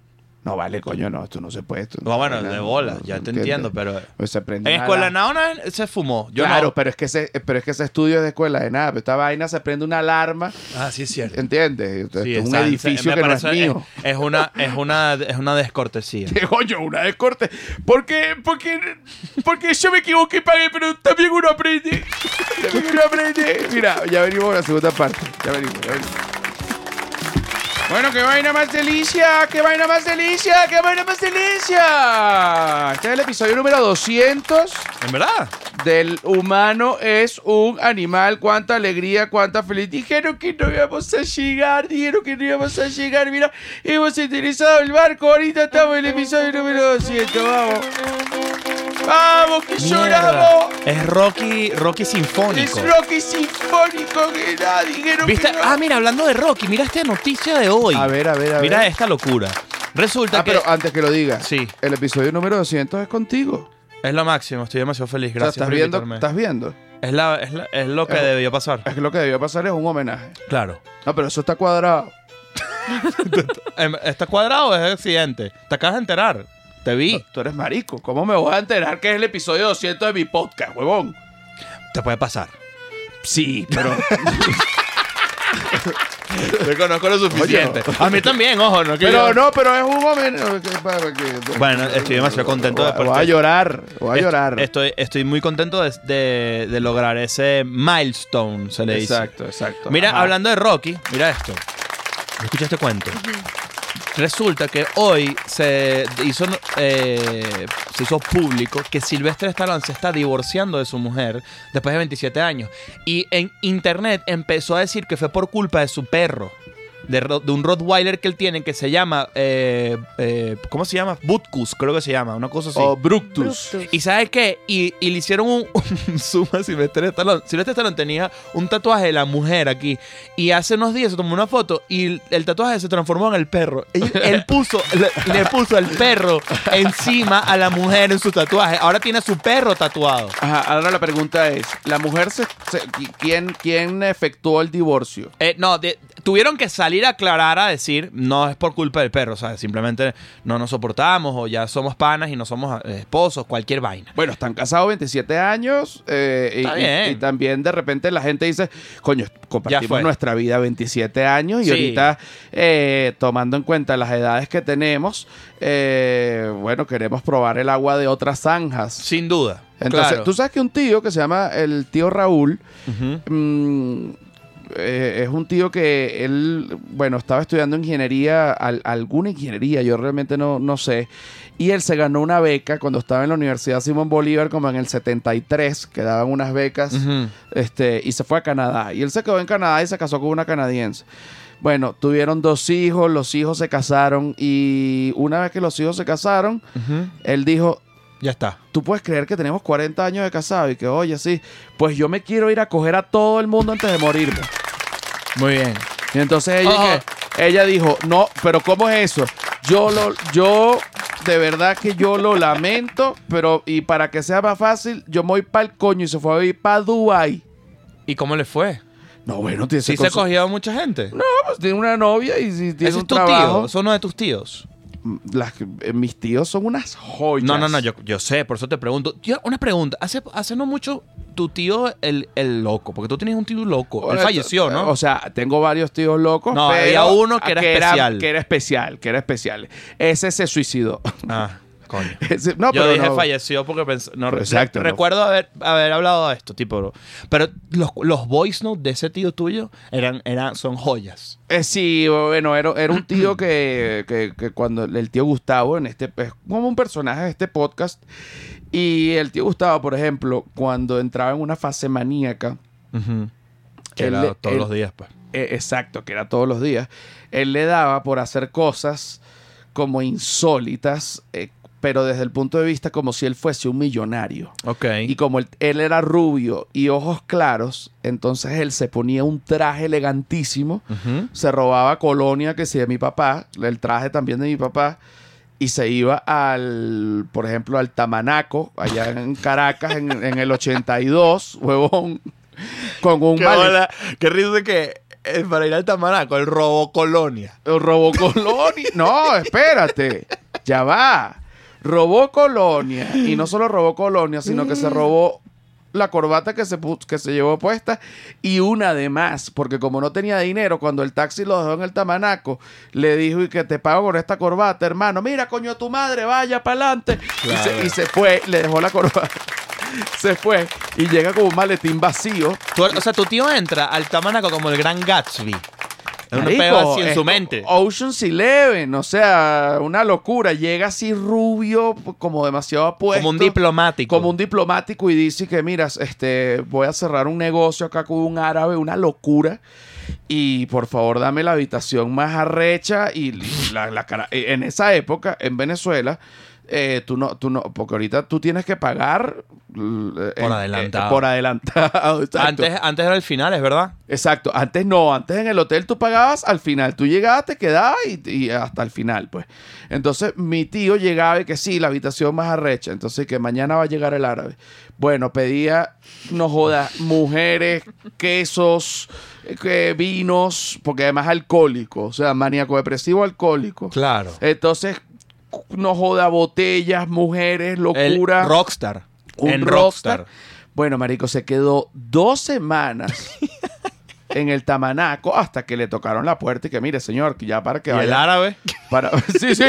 No vale, coño, no, esto no se puede. esto no No, se bueno, puede, de no, bola, no, ya te ¿entiendes? entiendo, pero. Pues se prende En una escuela de alarma. nada una vez se fumó. Yo claro, no. pero es que ese, pero es que ese estudio es de escuela de nada. pero Esta vaina se prende una alarma, Ah, sí, es cierto. ¿entiendes? Esto Sí, es un esa- edificio me que no es parece- eh, mío. Es, es una, es, una, es una descortesía. ¿Qué coño? Una de corte. Porque, porque, porque yo me equivoqué y pagué, pero también uno aprende. También uno aprende. Mira, ya venimos a la segunda parte. Ya venimos, ya venimos. Bueno, qué vaina más delicia, qué vaina más delicia, qué vaina más delicia. Este es el episodio número 200 ¿En verdad? del humano es un animal. Cuánta alegría, cuánta feliz. Dijeron que no íbamos a llegar, dijeron que no íbamos a llegar. Mira, hemos interesado el barco. Ahorita estamos en el episodio número 200. Vamos. Vamos, que Mierda. lloramos. Es Rocky, Rocky Sinfónico. Es Rocky sinfónico que nada, dijeron ¿Viste? que no. Ah, mira, hablando de Rocky, mira esta noticia de hoy. A ver, a ver, a mira ver. esta locura. Resulta Ah, que pero antes que lo diga, Sí. el episodio número 200 es contigo. es lo máximo, estoy demasiado feliz, O sea, gracias estás por viendo, invitarme. estás viendo. Es, la- es la- es lo que Eh, debió pasar. Es que lo que debió pasar es un homenaje. Claro. No, pero eso está cuadrado. Em, ¿Está cuadrado o es accidente? Te acabas de enterar. Te vi. Tú eres marico. ¿Cómo me voy a enterar que es el episodio 200 de mi podcast, huevón? Te puede pasar. Sí, pero. Te conozco lo suficiente. A mí también, ojo, no que yo- pero no, pero es un homenaje. que- para que- Bueno, estoy demasiado contento de Voy por a ti. llorar. Voy a Est- llorar. Estoy, estoy muy contento de, de- de lograr ese milestone, se le dice. exacto, exacto. Mira, Ajá. hablando de Rocky, mira esto. Escucha este cuento. Resulta que hoy se hizo, eh, se hizo público que Silvestre Stallone se está divorciando de su mujer después de 27 años. Y en internet empezó a decir que fue por culpa de su perro. De, ro- de un Rottweiler que él tiene que se llama... eh, eh, ¿Cómo se llama? Butkus, creo que se llama. Una cosa así. O Oh, Bructus. ¿Y sabes qué? Y, y le hicieron un, un zoom a Silvestre Stallone. Silvestre Stallone tenía un tatuaje de la mujer aquí. Y hace unos días se tomó una foto y el, el tatuaje se transformó en el perro. Él, él puso, le, le puso el perro encima a la mujer en su tatuaje. Ahora tiene a su perro tatuado. Ajá, ahora la pregunta es: ¿la mujer se, se- qui- ¿quién, quién efectuó el divorcio? Eh, no, de- tuvieron que salir a aclarar a decir, no es por culpa del perro, o sea, simplemente no nos soportamos o ya somos panas y no somos eh, esposos, cualquier vaina. Bueno, están casados 27 años eh, y- Está y, bien. y también de repente la gente dice, coño, Ya compartimos fue. nuestra vida 27 años y Sí. ahorita eh, tomando en cuenta las edades que tenemos, eh, bueno, queremos probar el agua de otras zanjas. Sin duda. Entonces, claro. tú sabes que un tío que se llama el tío Raúl, Ujú. mm, eh, es un tío que él, bueno, estaba estudiando ingeniería, al- alguna ingeniería, yo realmente no, no sé. Y él se ganó una beca cuando estaba en la Universidad Simón Bolívar, como en el 73, que daban unas becas, Ujú. este, y se fue a Canadá. Y él se quedó en Canadá y se casó con una canadiense. Bueno, tuvieron dos hijos, los hijos se casaron y una vez que los hijos se casaron, Ujú. él dijo, Ya está. tú puedes creer que tenemos 40 años de casado y que, oye, sí, pues yo me quiero ir a coger a todo el mundo antes de morirme. Muy bien. Y entonces ella, Ojo. que- ella dijo, no, pero ¿cómo es eso? Yo lo, yo, de verdad que yo lo lamento, pero y para que sea más fácil, yo me voy para el coño y se fue a vivir para Dubai. ¿Y cómo le fue? No, bueno, tiene ¿Sí se cogió a mucha gente? No, pues tiene una novia y si tiene Ese un es tu trabajo. tío. Es uno de tus tíos. Las- eh, mis tíos son unas joyas. No, no, no, yo, yo sé, por eso te pregunto. Yo, una pregunta, hace, hace no mucho tu tío el, el loco, porque tú tienes un tío loco, él Bueno, falleció, ¿no? eh, O sea, tengo varios tíos locos. No, pero había uno que era especial. Que era especial, que era especial. Ese se suicidó. ah, coño. Ese- no, yo pero dije no. falleció porque pensé, no, Pero exacto, no. recuerdo haber, haber hablado de esto, tipo, pero los, los voice notes de ese tío tuyo eran, eran, son joyas. Eh, sí, bueno, era, era un tío que, que- que cuando el tío Gustavo, en este, es como un personaje de este podcast, y el tío Gustavo, por ejemplo, cuando entraba en una fase maníaca, Que Él- era todos él- los días, pues. eh, exacto, que era todos los días, él le daba por hacer cosas como insólitas, eh, pero desde el punto de vista como si él fuese un millonario. Ok. Y como él, él era rubio y ojos claros, entonces él se ponía un traje elegantísimo, Ujú. se robaba colonia que sí de mi papá, el traje también de mi papá, y se iba al, por ejemplo, al Tamanaco, allá en Caracas, en, en el 82, huevón, con un Qué, vale- bola, qué risa que eh, para ir al Tamaraco, el robo colonia. Robó colonia. No, espérate. Ya va. Robó colonia. Y no solo robó colonia, sino que se robó la corbata que se, pu- que se llevó puesta y una de más. Porque como no tenía dinero, cuando el taxi lo dejó en el tamanaco, le dijo y que te pago con esta corbata, hermano. Mira, coño, tu madre, vaya para adelante. Y, se, y se fue, le dejó la corbata. Se fue y llega con un maletín vacío. Tú- o sea, tu tío entra al Tamanaco como el gran Gatsby. Es un Marico, pedo así en es su mente. Ocean's Eleven, o sea, una locura. Llega así rubio, como demasiado apuesto. como un diplomático. Como un diplomático y dice que, mira, este, voy a cerrar un negocio acá con un árabe, una locura. Y por favor, dame la habitación más arrecha. Y la, la cara. eh, En esa época, en Venezuela. eh, tú no, tú no, porque ahorita tú tienes que pagar eh, eh, adelantado. por adelantado. exacto. Antes, antes era el final, ¿es verdad? Exacto, antes no, antes en el hotel tú pagabas al final, tú llegabas, te quedabas y, y hasta el final, pues. Entonces mi tío llegaba y que sí, la habitación más arrecha, entonces que mañana va a llegar el árabe. Bueno, pedía, no jodas, mujeres, quesos, eh, que vinos, porque además alcohólico, o sea, maníaco depresivo alcohólico. Claro. Entonces, no joda, botellas, mujeres, El locura. rockstar. Un en rockstar. rockstar. Bueno, marico, se quedó dos semanas en el Tamanaco hasta que le tocaron la puerta y que mire, señor, que ya para que Y el vaya. árabe. Para, sí, sí,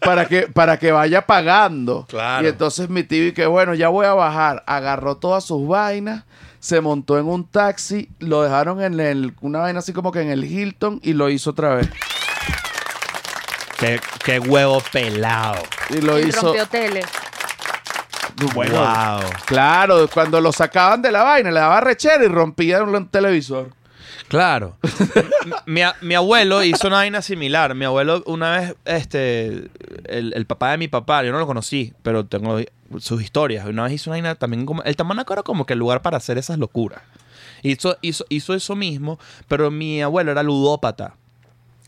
para que, para que vaya pagando. Claro. Y entonces mi tío y que bueno, ya voy a bajar. Agarró todas sus vainas, se montó en un taxi, lo dejaron en el, una vaina así como que en el Hilton y lo hizo otra vez. Qué, qué huevo pelado. Y lo Él hizo. rompió hoteles. Bueno, Wow. claro, cuando lo sacaban de la vaina, le daba rechera y rompía un televisor. Claro. mi, a- mi abuelo hizo una vaina similar. Mi abuelo, una vez, este, el, el papá de mi papá, yo no lo conocí, pero tengo sus historias. Una vez hizo una vaina también como. El Tamanaco era como que el lugar para hacer esas locuras. Hizo, hizo, hizo eso mismo, pero mi abuelo era ludópata.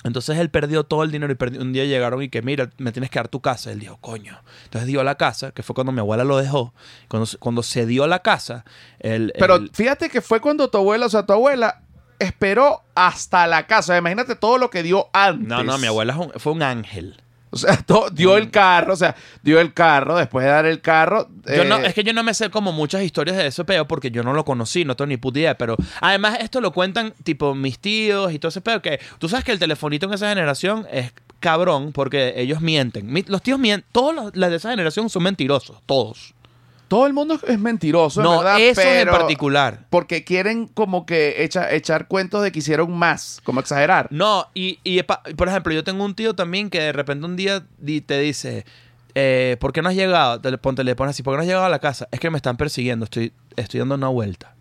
Entonces él perdió todo el dinero y perdió- un día llegaron y que, mira, me tienes que dar tu casa. Él dijo, coño. Entonces dio la casa, que fue cuando mi abuela lo dejó. Cuando, se- cuando se dio la casa, el- Pero el- fíjate que fue cuando tu abuela, o sea, tu abuela esperó hasta la casa. Imagínate todo lo que dio antes. No, no, mi abuela Mm. es un- fue un ángel. O sea, to- dio el carro, o sea, dio el carro, después de dar el carro. eh, Yo no, es que yo no me sé como muchas historias de ese peo porque yo no lo conocí, no tengo ni puta idea, pero además esto lo cuentan tipo mis tíos y todo ese peo que tú sabes que el telefonito en esa generación es cabrón porque ellos mienten. Mi- los tíos mienten, todos los, las de esa generación son mentirosos, todos. Todo el mundo es mentiroso, no, ¿verdad? eso en Pero- particular. Porque quieren como que echa- echar cuentos de que hicieron más, como exagerar. No, y, y, pa- por ejemplo, yo tengo un tío también que de repente un día di- te dice, eh, ¿por qué no has llegado? Te le, ponte, le pones así, ¿por qué no has llegado a la casa? Es que me están persiguiendo, estoy, estoy dando una vuelta.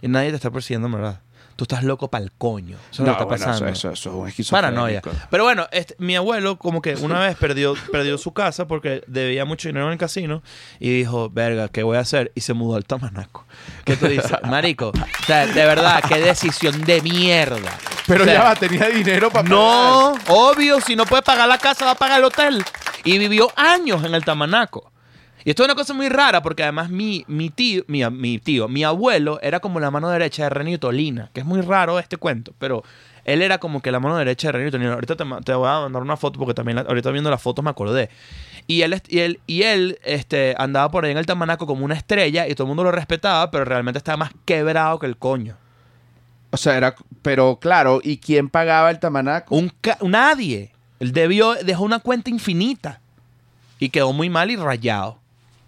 Y nadie te está persiguiendo, en ¿verdad? Tú estás loco pa'l coño. Eso es lo que está bueno, pasando. Eso, eso, eso es un Paranoia. esquizofrénico. Pero bueno, este, mi abuelo como que una vez perdió, perdió su casa porque debía mucho dinero en el casino y dijo, verga, ¿qué voy a hacer? Y se mudó al Tamanaco. ¿Qué tú dices? Marico, o sea, de verdad, qué decisión de mierda. Pero O sea, ya va, tenía dinero para no, obvio, si no puede pagar la casa, va a pagar el hotel. Y vivió años en el Tamanaco. Y esto es una cosa muy rara porque además mi, mi tío, mi, a- mi tío, mi abuelo era como la mano derecha de Renio Tolina, que es muy raro este cuento, pero él era como que la mano derecha de Renio Tolina. Ahorita te, ma- te voy a mandar una foto porque también la- ahorita viendo las fotos me acordé. Y él, est- y él, y él este, andaba por ahí en el Tamanaco como una estrella y todo el mundo lo respetaba, pero realmente estaba más quebrado que el coño. O sea, era. Pero claro, ¿y quién pagaba el tamanaco? Un ca- nadie. Él debió, dejó una cuenta infinita. Y quedó muy mal y rayado.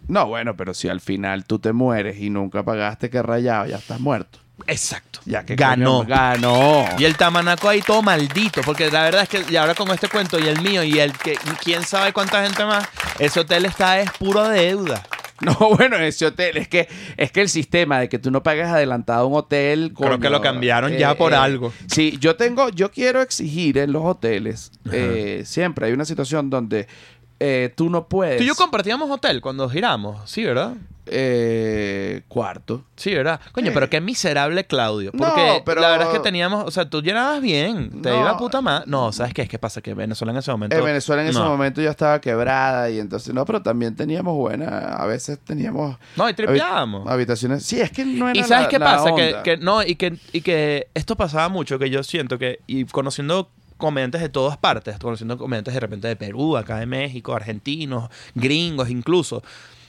No, bueno, pero si al final tú te mueres y nunca pagaste, que rayado, ya estás muerto. Exacto. Ya que ganó. coño, ganó. Y el tamanaco ahí todo maldito, porque la verdad es que y ahora con este cuento y el mío y el que y quién sabe cuánta gente más, ese hotel está es puro deuda. No, bueno, ese hotel, es que, es que el sistema de que tú no pagas adelantado un hotel. eh, Creo que lo cambiaron ya por algo. Sí, yo tengo, yo quiero exigir en los hoteles, eh, siempre hay una situación donde eh, tú no puedes. Tú y yo compartíamos hotel cuando giramos, sí, ¿verdad? eh, cuarto. Sí, ¿verdad? Coño, pero qué miserable Claudio. No, Porque pero- la verdad es que teníamos, o sea, tú llenabas bien, te No. iba a puta madre. No, ¿sabes qué? Es que pasa que Venezuela en ese momento. En Venezuela en ese No. momento ya estaba quebrada y entonces no, pero también teníamos buena, a veces teníamos No, y habi- tripeábamos. habitaciones. Sí, es que no era ¿Y sabes la- qué la pasa? Que, onda. que no, y que, y que esto pasaba mucho, que yo siento que, y conociendo comediantes de todas partes, conociendo comediantes de repente de Perú, acá de México, argentinos, gringos incluso,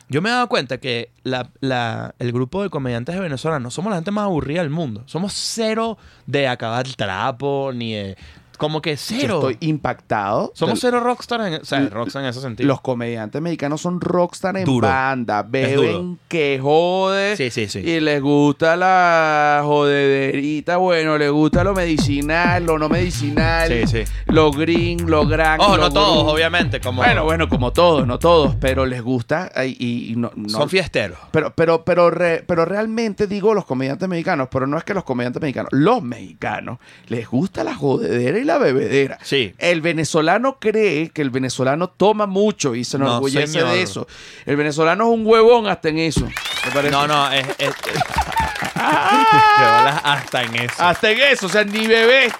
yo me he dado cuenta que la- la- el grupo de comediantes de Venezuela no somos la gente más aburrida del mundo. Somos cero de acabar el trapo, ni de... Como que Yo cero. estoy impactado. Somos del- cero rockstars, en, o sea, rockstar en ese sentido. Los comediantes mexicanos son rockstar en Duro. banda. Beben duro. que jode. Sí, sí, sí. Y les gusta la jodederita. Bueno, les gusta lo medicinal, lo no medicinal. Sí, sí. Lo green, lo gran. Ojo, lo no todos, gru- obviamente, como... Bueno, bueno, como todos, no todos, pero les gusta ay, y, y no, no- Son fiesteros. Pero, pero, pero, re- pero realmente digo los comediantes mexicanos, pero no es que los comediantes mexicanos, los mexicanos les gusta la jodedera y la bebedera. Sí. El venezolano cree que el venezolano toma mucho y se nos No, orgullece señor. de eso. El venezolano es un huevón hasta en eso. ¿te parece? No, no, es. es- es- Te bolas hasta en eso. Hasta en eso, o sea, ni bebé.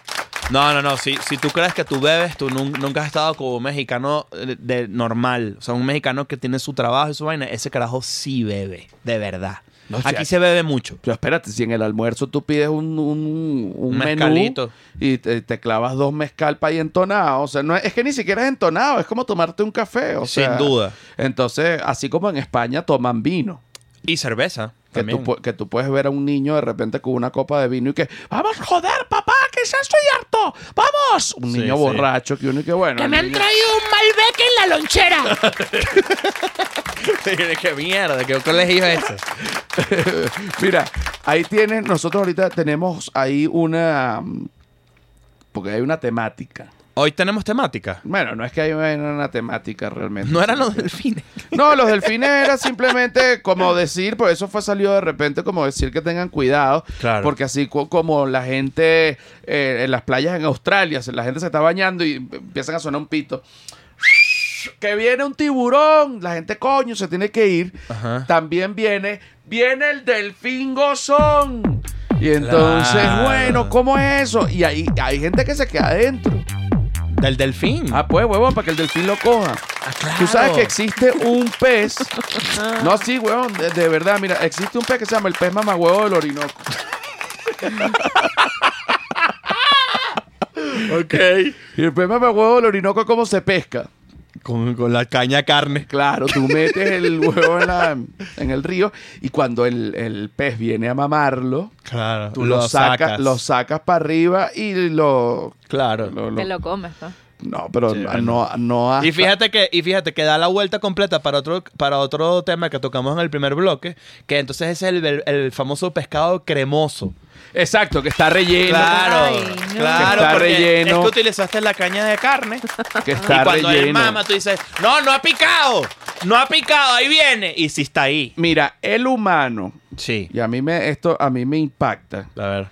No, no, no. Si, si tú crees que tú bebes, tú nun- nunca has estado como un mexicano eh, de normal. O sea, un mexicano que tiene su trabajo y su vaina, ese carajo sí bebe, de verdad. No, Aquí ya- se bebe mucho. Pero espérate, si en el almuerzo tú pides un, un, un Un menú mezcalito. y te, te clavas dos mezcal para ahí entonado, o sea, no es, es que ni siquiera es entonado, es como tomarte un café, o Sin sea, duda. Entonces, así como en España toman vino. Y cerveza. Que también. tú, pu- que tú puedes ver a un niño de repente con una copa de vino y que, vamos, joder, papá, que ya estoy harto, vamos. Un Sí, niño sí. borracho que uno y que bueno. el niño- un Malbec en la lonchera. ¡Qué mierda! ¿Qué colegio es ese? Mira, ahí tienen, nosotros ahorita tenemos ahí una, porque hay una temática. Hoy tenemos temática. Bueno, no es que hay una, una temática realmente. No eran los delfines. No, los delfines era simplemente como decir, por eso fue salió de repente como decir que tengan cuidado, Claro. porque así co- como la gente eh, en las playas en Australia, se- la gente se está bañando y empiezan a sonar un pito. Que viene un tiburón, la gente coño se tiene que ir. Ajá. También viene, viene el delfín gozón. Y entonces, Claro. bueno, ¿cómo es eso? Y ahí hay gente que se queda adentro. Del delfín. Ah, pues, huevón, para que el delfín lo coja. Ah, claro. Tú sabes que existe un pez. No, sí, huevón, de, de verdad, mira, existe un pez que se llama el pez mamagüevo del Orinoco. Ok. Y el pez mamagüevo del Orinoco, ¿cómo se pesca? Con, con la caña carne. Claro, tú metes el huevo en, la- en el río y cuando el, el pez viene a mamarlo, Claro. tú lo, sacas, lo sacas para arriba y lo. Claro. lo- lo- Te lo comes, ¿no? no, pero Sí, no, no, hasta- Y fíjate que, y fíjate que da la vuelta completa para otro, para otro tema que tocamos en el primer bloque, que entonces es el, el- el famoso pescado cremoso. Exacto, que está relleno. Claro, Ay, claro, no. Que está porque relleno. Es que utilizaste la caña de carne. Que está y cuando relleno. él mama, tú dices, no, no ha picado, no ha picado, ahí viene. Y si está ahí. Mira, el humano, Sí. y a mí me, esto a mí me impacta. A ver.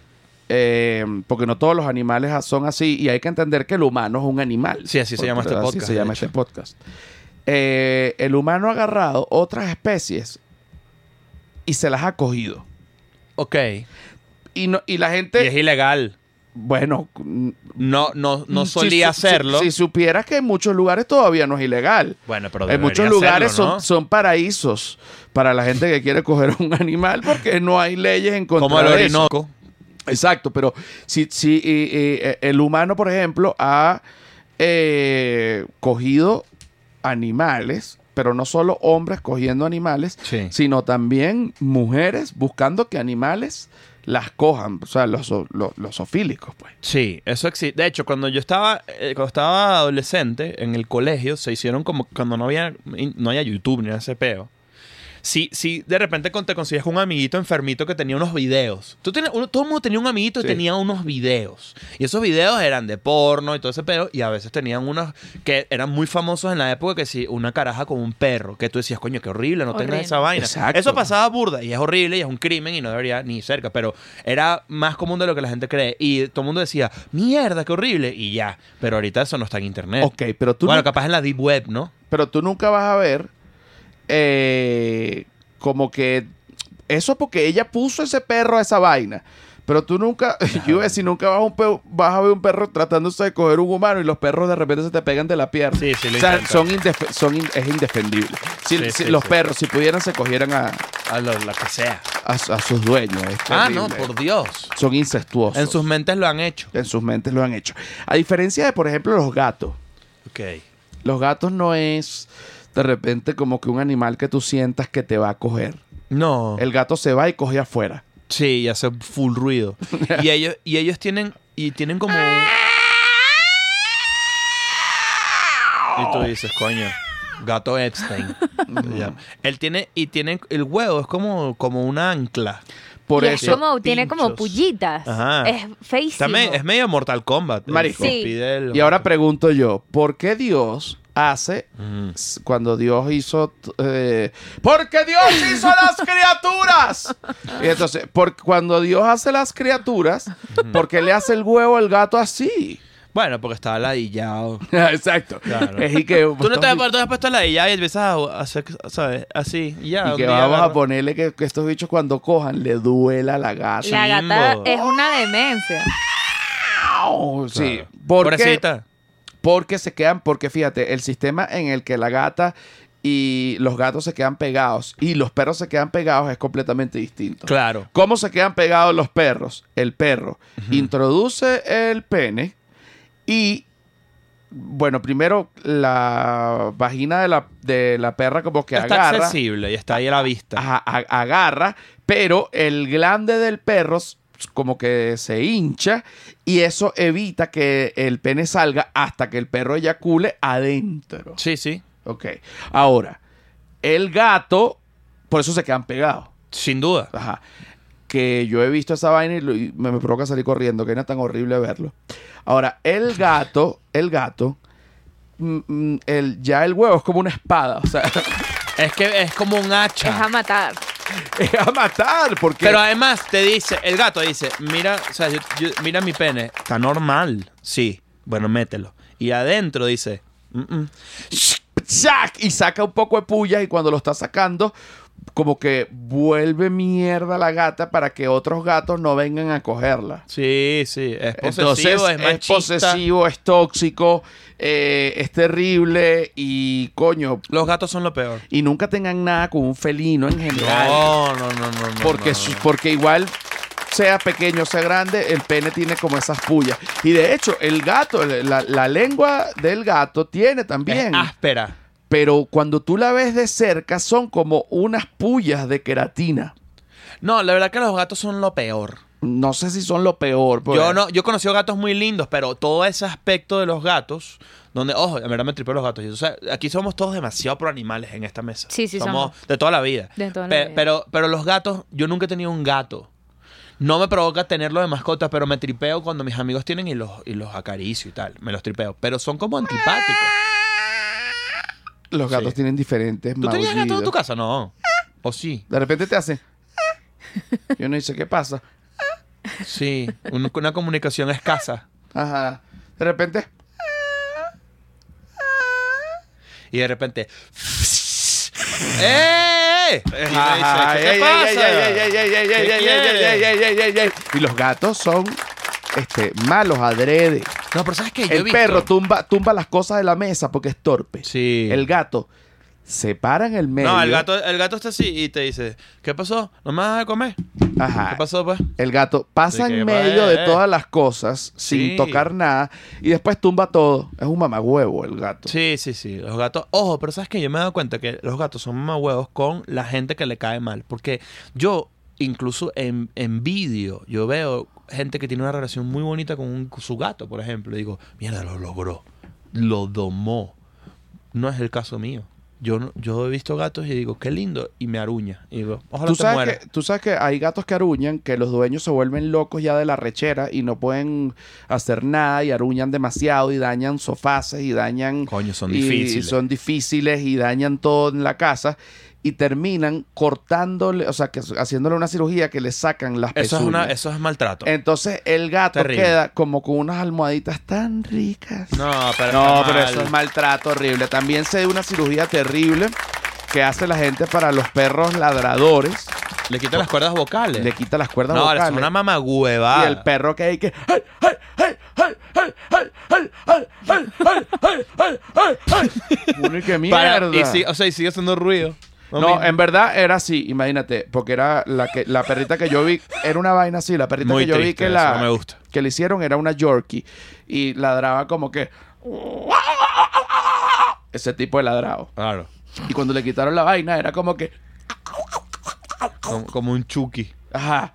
Eh, porque no todos los animales son así y hay que entender que el humano es un animal. Sí, así se Porque llama este podcast, Así se llama de este hecho. podcast. Eh, el humano ha agarrado otras especies y se las ha cogido. Ok. Y, no, y la Y gente... es ilegal. Bueno, mm, No, no, no si solía su- si- hacerlo. Si, supieras que en muchos lugares todavía no es ilegal. Bueno, pero en debería muchos lugares hacerlo, son- ¿no? son, paraísos para la gente que quiere coger a un animal porque no hay leyes en contra como el de eso. Orinoco. Exacto, pero si, si eh, eh, el humano, por ejemplo, ha eh, cogido animales, pero no solo hombres cogiendo animales, Sí. sino también mujeres buscando que animales las cojan, o sea, los, zo- los, los zoofílicos, pues. Sí, eso existe. De hecho, cuando yo estaba, eh, cuando estaba adolescente en el colegio, se hicieron como cuando no había, no había YouTube ni ese peo. Sí, sí, de repente con- te conseguías un amiguito enfermito que tenía unos videos. Tú tenías- uno- todo el mundo tenía un amiguito Sí. que tenía unos videos. Y esos videos eran de porno y todo ese pedo. Y a veces tenían unos que eran muy famosos en la época, que sí, una caraja con un perro. Que tú decías, coño, qué horrible, no Horrible. tengas esa vaina. Exacto. Eso pasaba burda y es horrible y es un crimen y no debería ni cerca. Pero era más común de lo que la gente cree. Y todo el mundo decía, mierda, qué horrible. Y ya. Pero ahorita eso no está en internet. Ok, pero tú Eh, bueno, nunca- capaz en la deep web, ¿no? pero tú nunca vas a ver eh, como que eso porque ella puso ese perro a esa vaina. Pero tú nunca, yo iba a decir, nunca vas a, un pe- vas a ver un perro tratándose de coger un humano y los perros de repente se te pegan de la pierna. Sí, sí, lo o sea, intentan. son, indefe- son in- es indefendible. Si, Sí, si sí, los sí. perros, si pudieran, se cogieran a, A lo, lo que sea. a- a sus dueños. Es Ah, terrible. no, por Dios. Son incestuosos. En sus mentes lo han hecho. en sus mentes lo han hecho. A diferencia de, por ejemplo, los gatos. Ok. Los gatos no es de repente como que un animal que tú sientas que te va a coger. No. El gato se va y coge afuera. Sí, y hace full ruido. y ellos, y ellos tienen, y tienen como un- Y tú dices, coño, gato Epstein. Ya. Él tiene, y tiene, el huevo es como, como un ancla. Por Y eso, es como, tiene como pinchos. pullitas. Ajá. Es feísimo. También es medio Mortal Kombat. Marico. El Sí. pide el- y ahora pregunto yo, ¿por qué Dios hace Mm. s- cuando Dios hizo... t- eh, ¿Por qué Dios hizo las criaturas? Y entonces, por, cuando Dios hace las criaturas, ¿por qué le hace el huevo al gato así? Bueno, porque estaba ladillado. Pues Exacto. Claro. Es y que, Tú no te has, tú has puesto ladillado y empiezas a hacer, ¿sabes? Así. y ya, y un que día vamos a agarra- ponerle que, que estos bichos cuando cojan le duela la gata. La gata Chimbo. es una demencia. Au, Sí, Claro. porque, Pobrecita. porque se quedan, porque fíjate, el sistema en el que la gata y los gatos se quedan pegados y los perros se quedan pegados es completamente distinto. Claro. ¿Cómo se quedan pegados los perros? El perro introduce el pene y, bueno, primero la vagina de la, de la perra como que está agarra. accesible y está ahí a la vista. Ajá, a- agarra, pero el glande del perro s- como que se hincha y eso evita que el pene salga hasta que el perro eyacule adentro. Sí, sí. Ok. Ahora, el gato, por eso se quedan pegados. Sin duda. Ajá. Que yo he visto esa vaina y, lo- y me, me provoca salir corriendo, que no es tan horrible verlo. Ahora, el gato, el gato, mm, mm, el, ya el huevo es como una espada, o sea, Es que es como un hacha. Es a matar. es a matar, porque... Pero además te dice, el gato dice, mira, o sea, yo- yo- mira mi pene, está normal. Sí, bueno, mételo. Y adentro dice, "Mm, mm". ¡Sac! Y saca un poco de puya y cuando lo está sacando, como que vuelve mierda la gata para que otros gatos no vengan a cogerla. sí, sí, es posesivo, Entonces es machista. posesivo, es tóxico, eh, es terrible y coño. Los gatos son lo peor. Y nunca tengan nada con un felino en general. No, no, no, no. no, porque, no, su- no. porque igual sea pequeño o sea grande, el pene tiene como esas pullas. Y de hecho, el gato, la, la lengua del gato tiene es también áspera. pero cuando tú la ves de cerca son como unas pullas de queratina. No, la verdad que los gatos son lo peor. No sé si son lo peor. pues. Yo no, yo he conocido gatos muy lindos, pero todo ese aspecto de los gatos, donde, ojo, en verdad me tripeo los gatos. Yo, o sea, aquí somos todos demasiado pro animales en esta mesa. Sí, sí, somos. De toda la vida. De toda la Pe- vida. Pero, pero los gatos, yo nunca he tenido un gato. No me provoca tenerlo de mascota, pero me tripeo cuando mis amigos tienen y los, y los acaricio y tal. Me los tripeo. Pero son como antipáticos. Los gatos Sí. tienen diferentes ¿Tú tenías gatos en tu maullidos. casa? No. ¿O sí? De repente te hacen. "Ah". Yo no sé qué pasa. Sí. Un- una comunicación escasa. Ajá. De repente. Y de repente. ¡Eh! Y uno dice, Ajá, "¿Qué ey, ey, pasa? ey, ey, ey, ey, ey, ey, ey, ¿Qué ey, ey, quieres?" ey, ey, ey, ey, ey. Y los gatos son este, malos adrede. No, pero ¿sabes qué? Yo he El visto- perro tumba, tumba las cosas de la mesa porque es torpe. Sí. El gato se para en el medio. No, el gato, el gato está así y te dice, ¿qué pasó? ¿No me vas a comer? Ajá. ¿Qué pasó, pues? El gato pasa Sí, que en va, medio eh, de eh. todas las cosas Sí. sin tocar nada y después tumba todo. Es un mamagüevo el gato. Sí, sí, sí. Los gatos. Ojo, pero sabes que yo me he dado cuenta que los gatos son más huevos con la gente que le cae mal. Porque yo, incluso en, en vídeo, yo veo gente que tiene una relación muy bonita con, un- con su gato, por ejemplo. Y digo, mierda, lo logró. Lo domó. No es el caso mío. Yo, no- yo he visto gatos y digo, qué lindo. Y me aruña. Y digo, ojalá ¿Tú te sabes, mueras. que, tú sabes que hay gatos que aruñan, que los dueños se vuelven locos ya de la rechera y no pueden hacer nada y aruñan demasiado y dañan sofaces y dañan... Coño, son y- Y difíciles. son difíciles y dañan todo en la casa y terminan cortándole, o sea, que, haciéndole una cirugía que le sacan las Eso es, una, pezuñas. eso es maltrato. Entonces el gato Terrible. queda como con unas almohaditas tan ricas. No, pero, No, está pero mal. eso es maltrato horrible. También se ve una cirugía terrible que hace la gente para los perros ladradores. Le quitan las cuerdas vocales. Le quita las cuerdas no, eso vocales. es una mamá Y el perro que hay que. ¡Ay, ay, ay, ay, ay, ay, ay, ay, ay, ay, ay, ay, ay, ay! Uno y que Para- mierda. y si- o sea, y sigue haciendo ruido. No, em, Mami. en verdad era así, imagínate, porque era la que la perrita que yo vi, era una vaina así, la perrita Muy que yo vi triste, que eso la no me gusta. que le hicieron era una Yorkie y ladraba como que ese tipo de ladrado. Claro. Y cuando le quitaron la vaina era como que Como, como un chuki. ajá,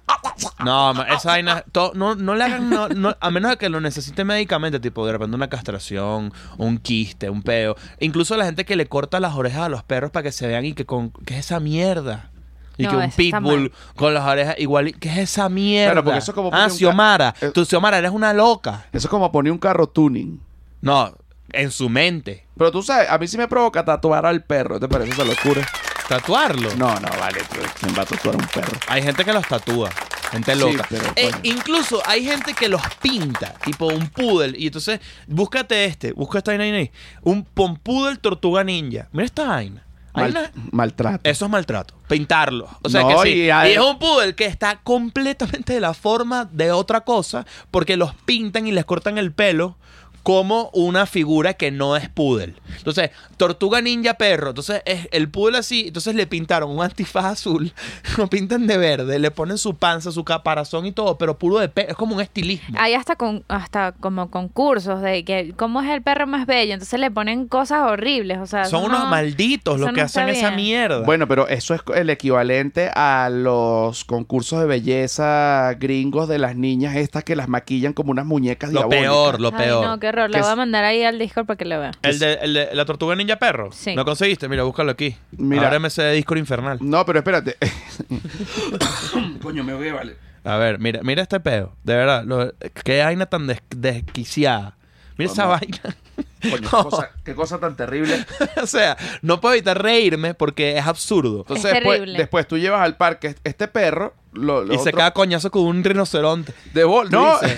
No, ma- esa vaina. to- no, no le hagan. no- no- a menos de que lo necesite médicamente, tipo de repente una castración, un quiste, un peo. Incluso la gente que le corta las orejas a los perros para que se vean y que con. ¿Qué es esa mierda? Y No, que un eso está pitbull mal. con las orejas igual. ¿Qué es esa mierda? Claro, porque eso es como porque Ah, un ca- Xiomara. eh. Tú, Xiomara, eres una loca. eso es como poner un carro tuning. No, en su mente. Pero tú sabes, a mí sí me provoca tatuar al perro, ¿te parece esa locura? Tatuarlo. No, no, vale, pero ¿quién va a tatuar a un perro? Hay gente que los tatúa. Gente Sí, loca. pero, Eh, coño. incluso hay gente que los pinta, tipo un poodle. Y entonces, búscate este, busca esta vaina ahí. Un pom poodle tortuga ninja. Mira esta vaina. Mal- Hay una- maltrato. Eso es maltrato. Pintarlo. O sea No, que sí. y Y, a- es un poodle que está completamente de la forma de otra cosa porque los pintan y les cortan el pelo como una figura que no es poodle. Entonces, tortuga ninja perro. Entonces, es el poodle así. Entonces, le pintaron un antifaz azul. Lo pintan de verde. Le ponen su panza, su caparazón y todo. Pero puro de pelo. Es como un estilismo. Hay hasta con hasta como concursos de que cómo es el perro más bello, entonces le ponen cosas horribles, o sea, Son eso unos no- malditos los eso que no hacen está esa bien. mierda. Bueno, pero eso es el equivalente a los concursos de belleza gringos de las niñas estas que las maquillan como unas muñecas lo diabólicas. peor, lo Ay, peor. no, qué horror, Que la voy a es- mandar ahí al Discord para que lo vean. El de, el de la tortuga ninja perro. Sí. ¿Lo conseguiste? Mira, búscalo aquí. Mira. Ahora me sé de Discord Infernal. No, pero espérate. Coño, me voy, vale. A ver, mira, mira este pedo. De verdad, lo- qué vaina tan des- desquiciada. Mira esa Vamos. vaina. Coño, qué cosa, qué cosa tan terrible. o sea, no puedo evitar reírme porque es absurdo. Entonces, Es después, terrible. después tú llevas al parque este perro. Lo, lo y se otro- caga coñazo con un rinoceronte. De bol, no.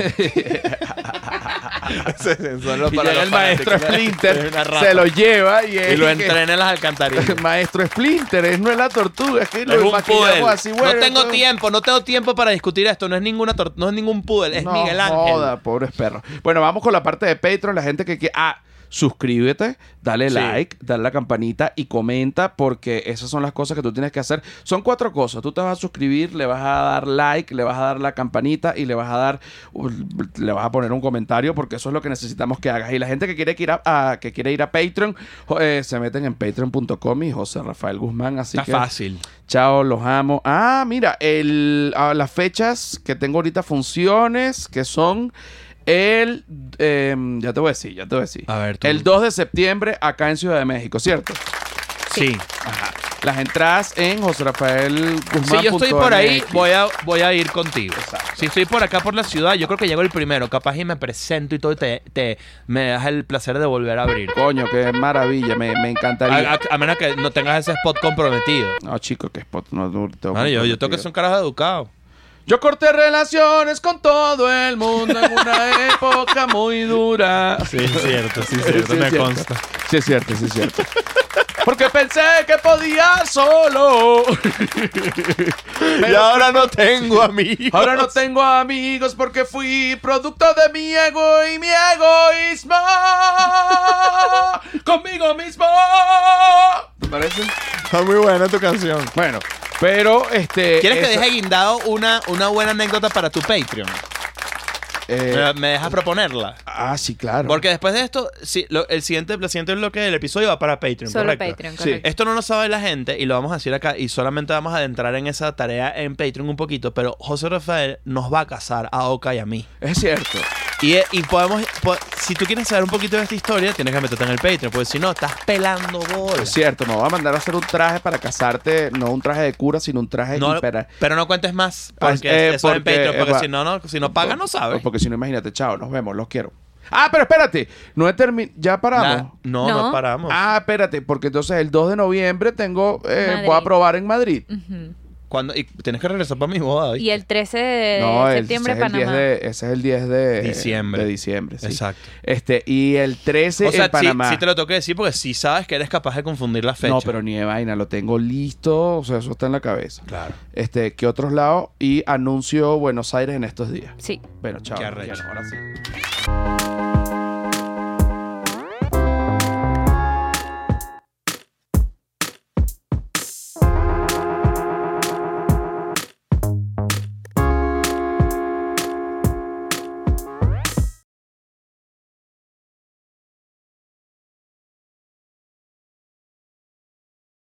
Y llega para los el maestro fanáticos. Es Splinter, una rata. se lo lleva y, Y es lo que- entrena en las alcantarillas. es Maestro Splinter, es no es la tortuga, es que lo un maquillamos poodle. así, no bueno, tengo todo. tiempo, no tengo tiempo para discutir esto. No es ninguna tor- no es ningún poodle, es no Miguel Ángel. Joda, pobres perros. Bueno, vamos con la parte de Patreon. La gente que quiere. Ah, suscríbete, dale Sí. like, dale la campanita y comenta, porque esas son las cosas que tú tienes que hacer. Son cuatro cosas. Tú te vas a suscribir, le vas a dar like, le vas a dar la campanita y le vas a dar. uh, Le vas a poner un comentario, porque eso es lo que necesitamos que hagas. Y la gente que quiere que ir a, a- que quiere ir a Patreon, jo- eh, se meten en patreon.com y José Rafael Guzmán. Así Está que. fácil. Chao, los amo. Ah, mira, el, ah, las fechas que tengo ahorita funciones, que son el... em, ya te voy a decir, ya te voy a decir. A ver, tú. El 2 de septiembre acá en Ciudad de México, ¿cierto? Sí. Ajá. Las entradas en José Rafael Guzmán. Si yo estoy por ahí, voy a, voy a ir contigo. Exacto. Si estoy por acá por la ciudad, yo creo que llego el primero. Capaz y me presento y todo y te, te- me das el placer de volver a abrir. Coño, qué maravilla, me, me A, encantaría. a- a menos que no tengas ese spot comprometido. No, chico, qué spot. No, no, tengo Mano, yo, yo tengo que ser un carajo educado. Yo corté relaciones con todo el mundo en una época muy dura. es cierto, sí Sí, es cierto. Sí, es cierto, sí, es cierto. Porque pensé que podía solo. Y ahora no tengo amigos. Ahora no tengo amigos porque fui producto de mi ego y mi egoísmo. Conmigo mismo. ¿Te parece? Está muy buena tu canción. Bueno, pero este. ¿Quieres que eso- deje guindado una, una buena anécdota para tu Patreon? eh, ¿Me- ¿Me dejas proponerla? ah, sí, claro. Porque después de esto, sí, lo- el siguiente, el siguiente bloque del episodio va para Patreon. Solo ¿correcto? Patreon, Sí. correcto. Esto no lo sabe la gente y lo vamos a decir acá y solamente vamos a adentrar en esa tarea en Patreon un poquito, pero José Rafael nos va a casar a Oka y a mí. Es cierto. Y, eh, y podemos, po- si tú quieres saber un poquito de esta historia, tienes que meterte en el Patreon, porque si no, estás pelando Es bolas. cierto. Me va a mandar a hacer un traje para casarte. No un traje de cura, sino un traje No, impera- pero no cuentes más, porque Ah, eh, eso es en porque, Patreon, porque eh, si no, no, si no pagas, no sabes. Pues Porque si no, imagínate, chao, nos vemos, los quiero. Ah, pero espérate, no he terminado. Ya paramos. Na- no, no, No. paramos. Ah, espérate, porque entonces el 2 de noviembre tengo. eh, Madrid. voy a probar en Madrid. Ujú. Cuando, y tienes que regresar para mi boda. ¿oíste? Y el 13 de no, el- Eh, septiembre, ese es el 10 Panamá. de, ese es el 10 de Diciembre. De diciembre, sí. Exacto. Este, y el 13 o sea, en Panamá. Sí, sí te lo tengo que decir porque sí sabes que eres capaz de confundir la fecha. No, pero ni de vaina, lo tengo listo, o sea, eso está en la cabeza. Claro. Este, que otros lados y anuncio Buenos Aires en estos días. Sí. Bueno, chao. Qué los arrecho. quiero, ahora sí.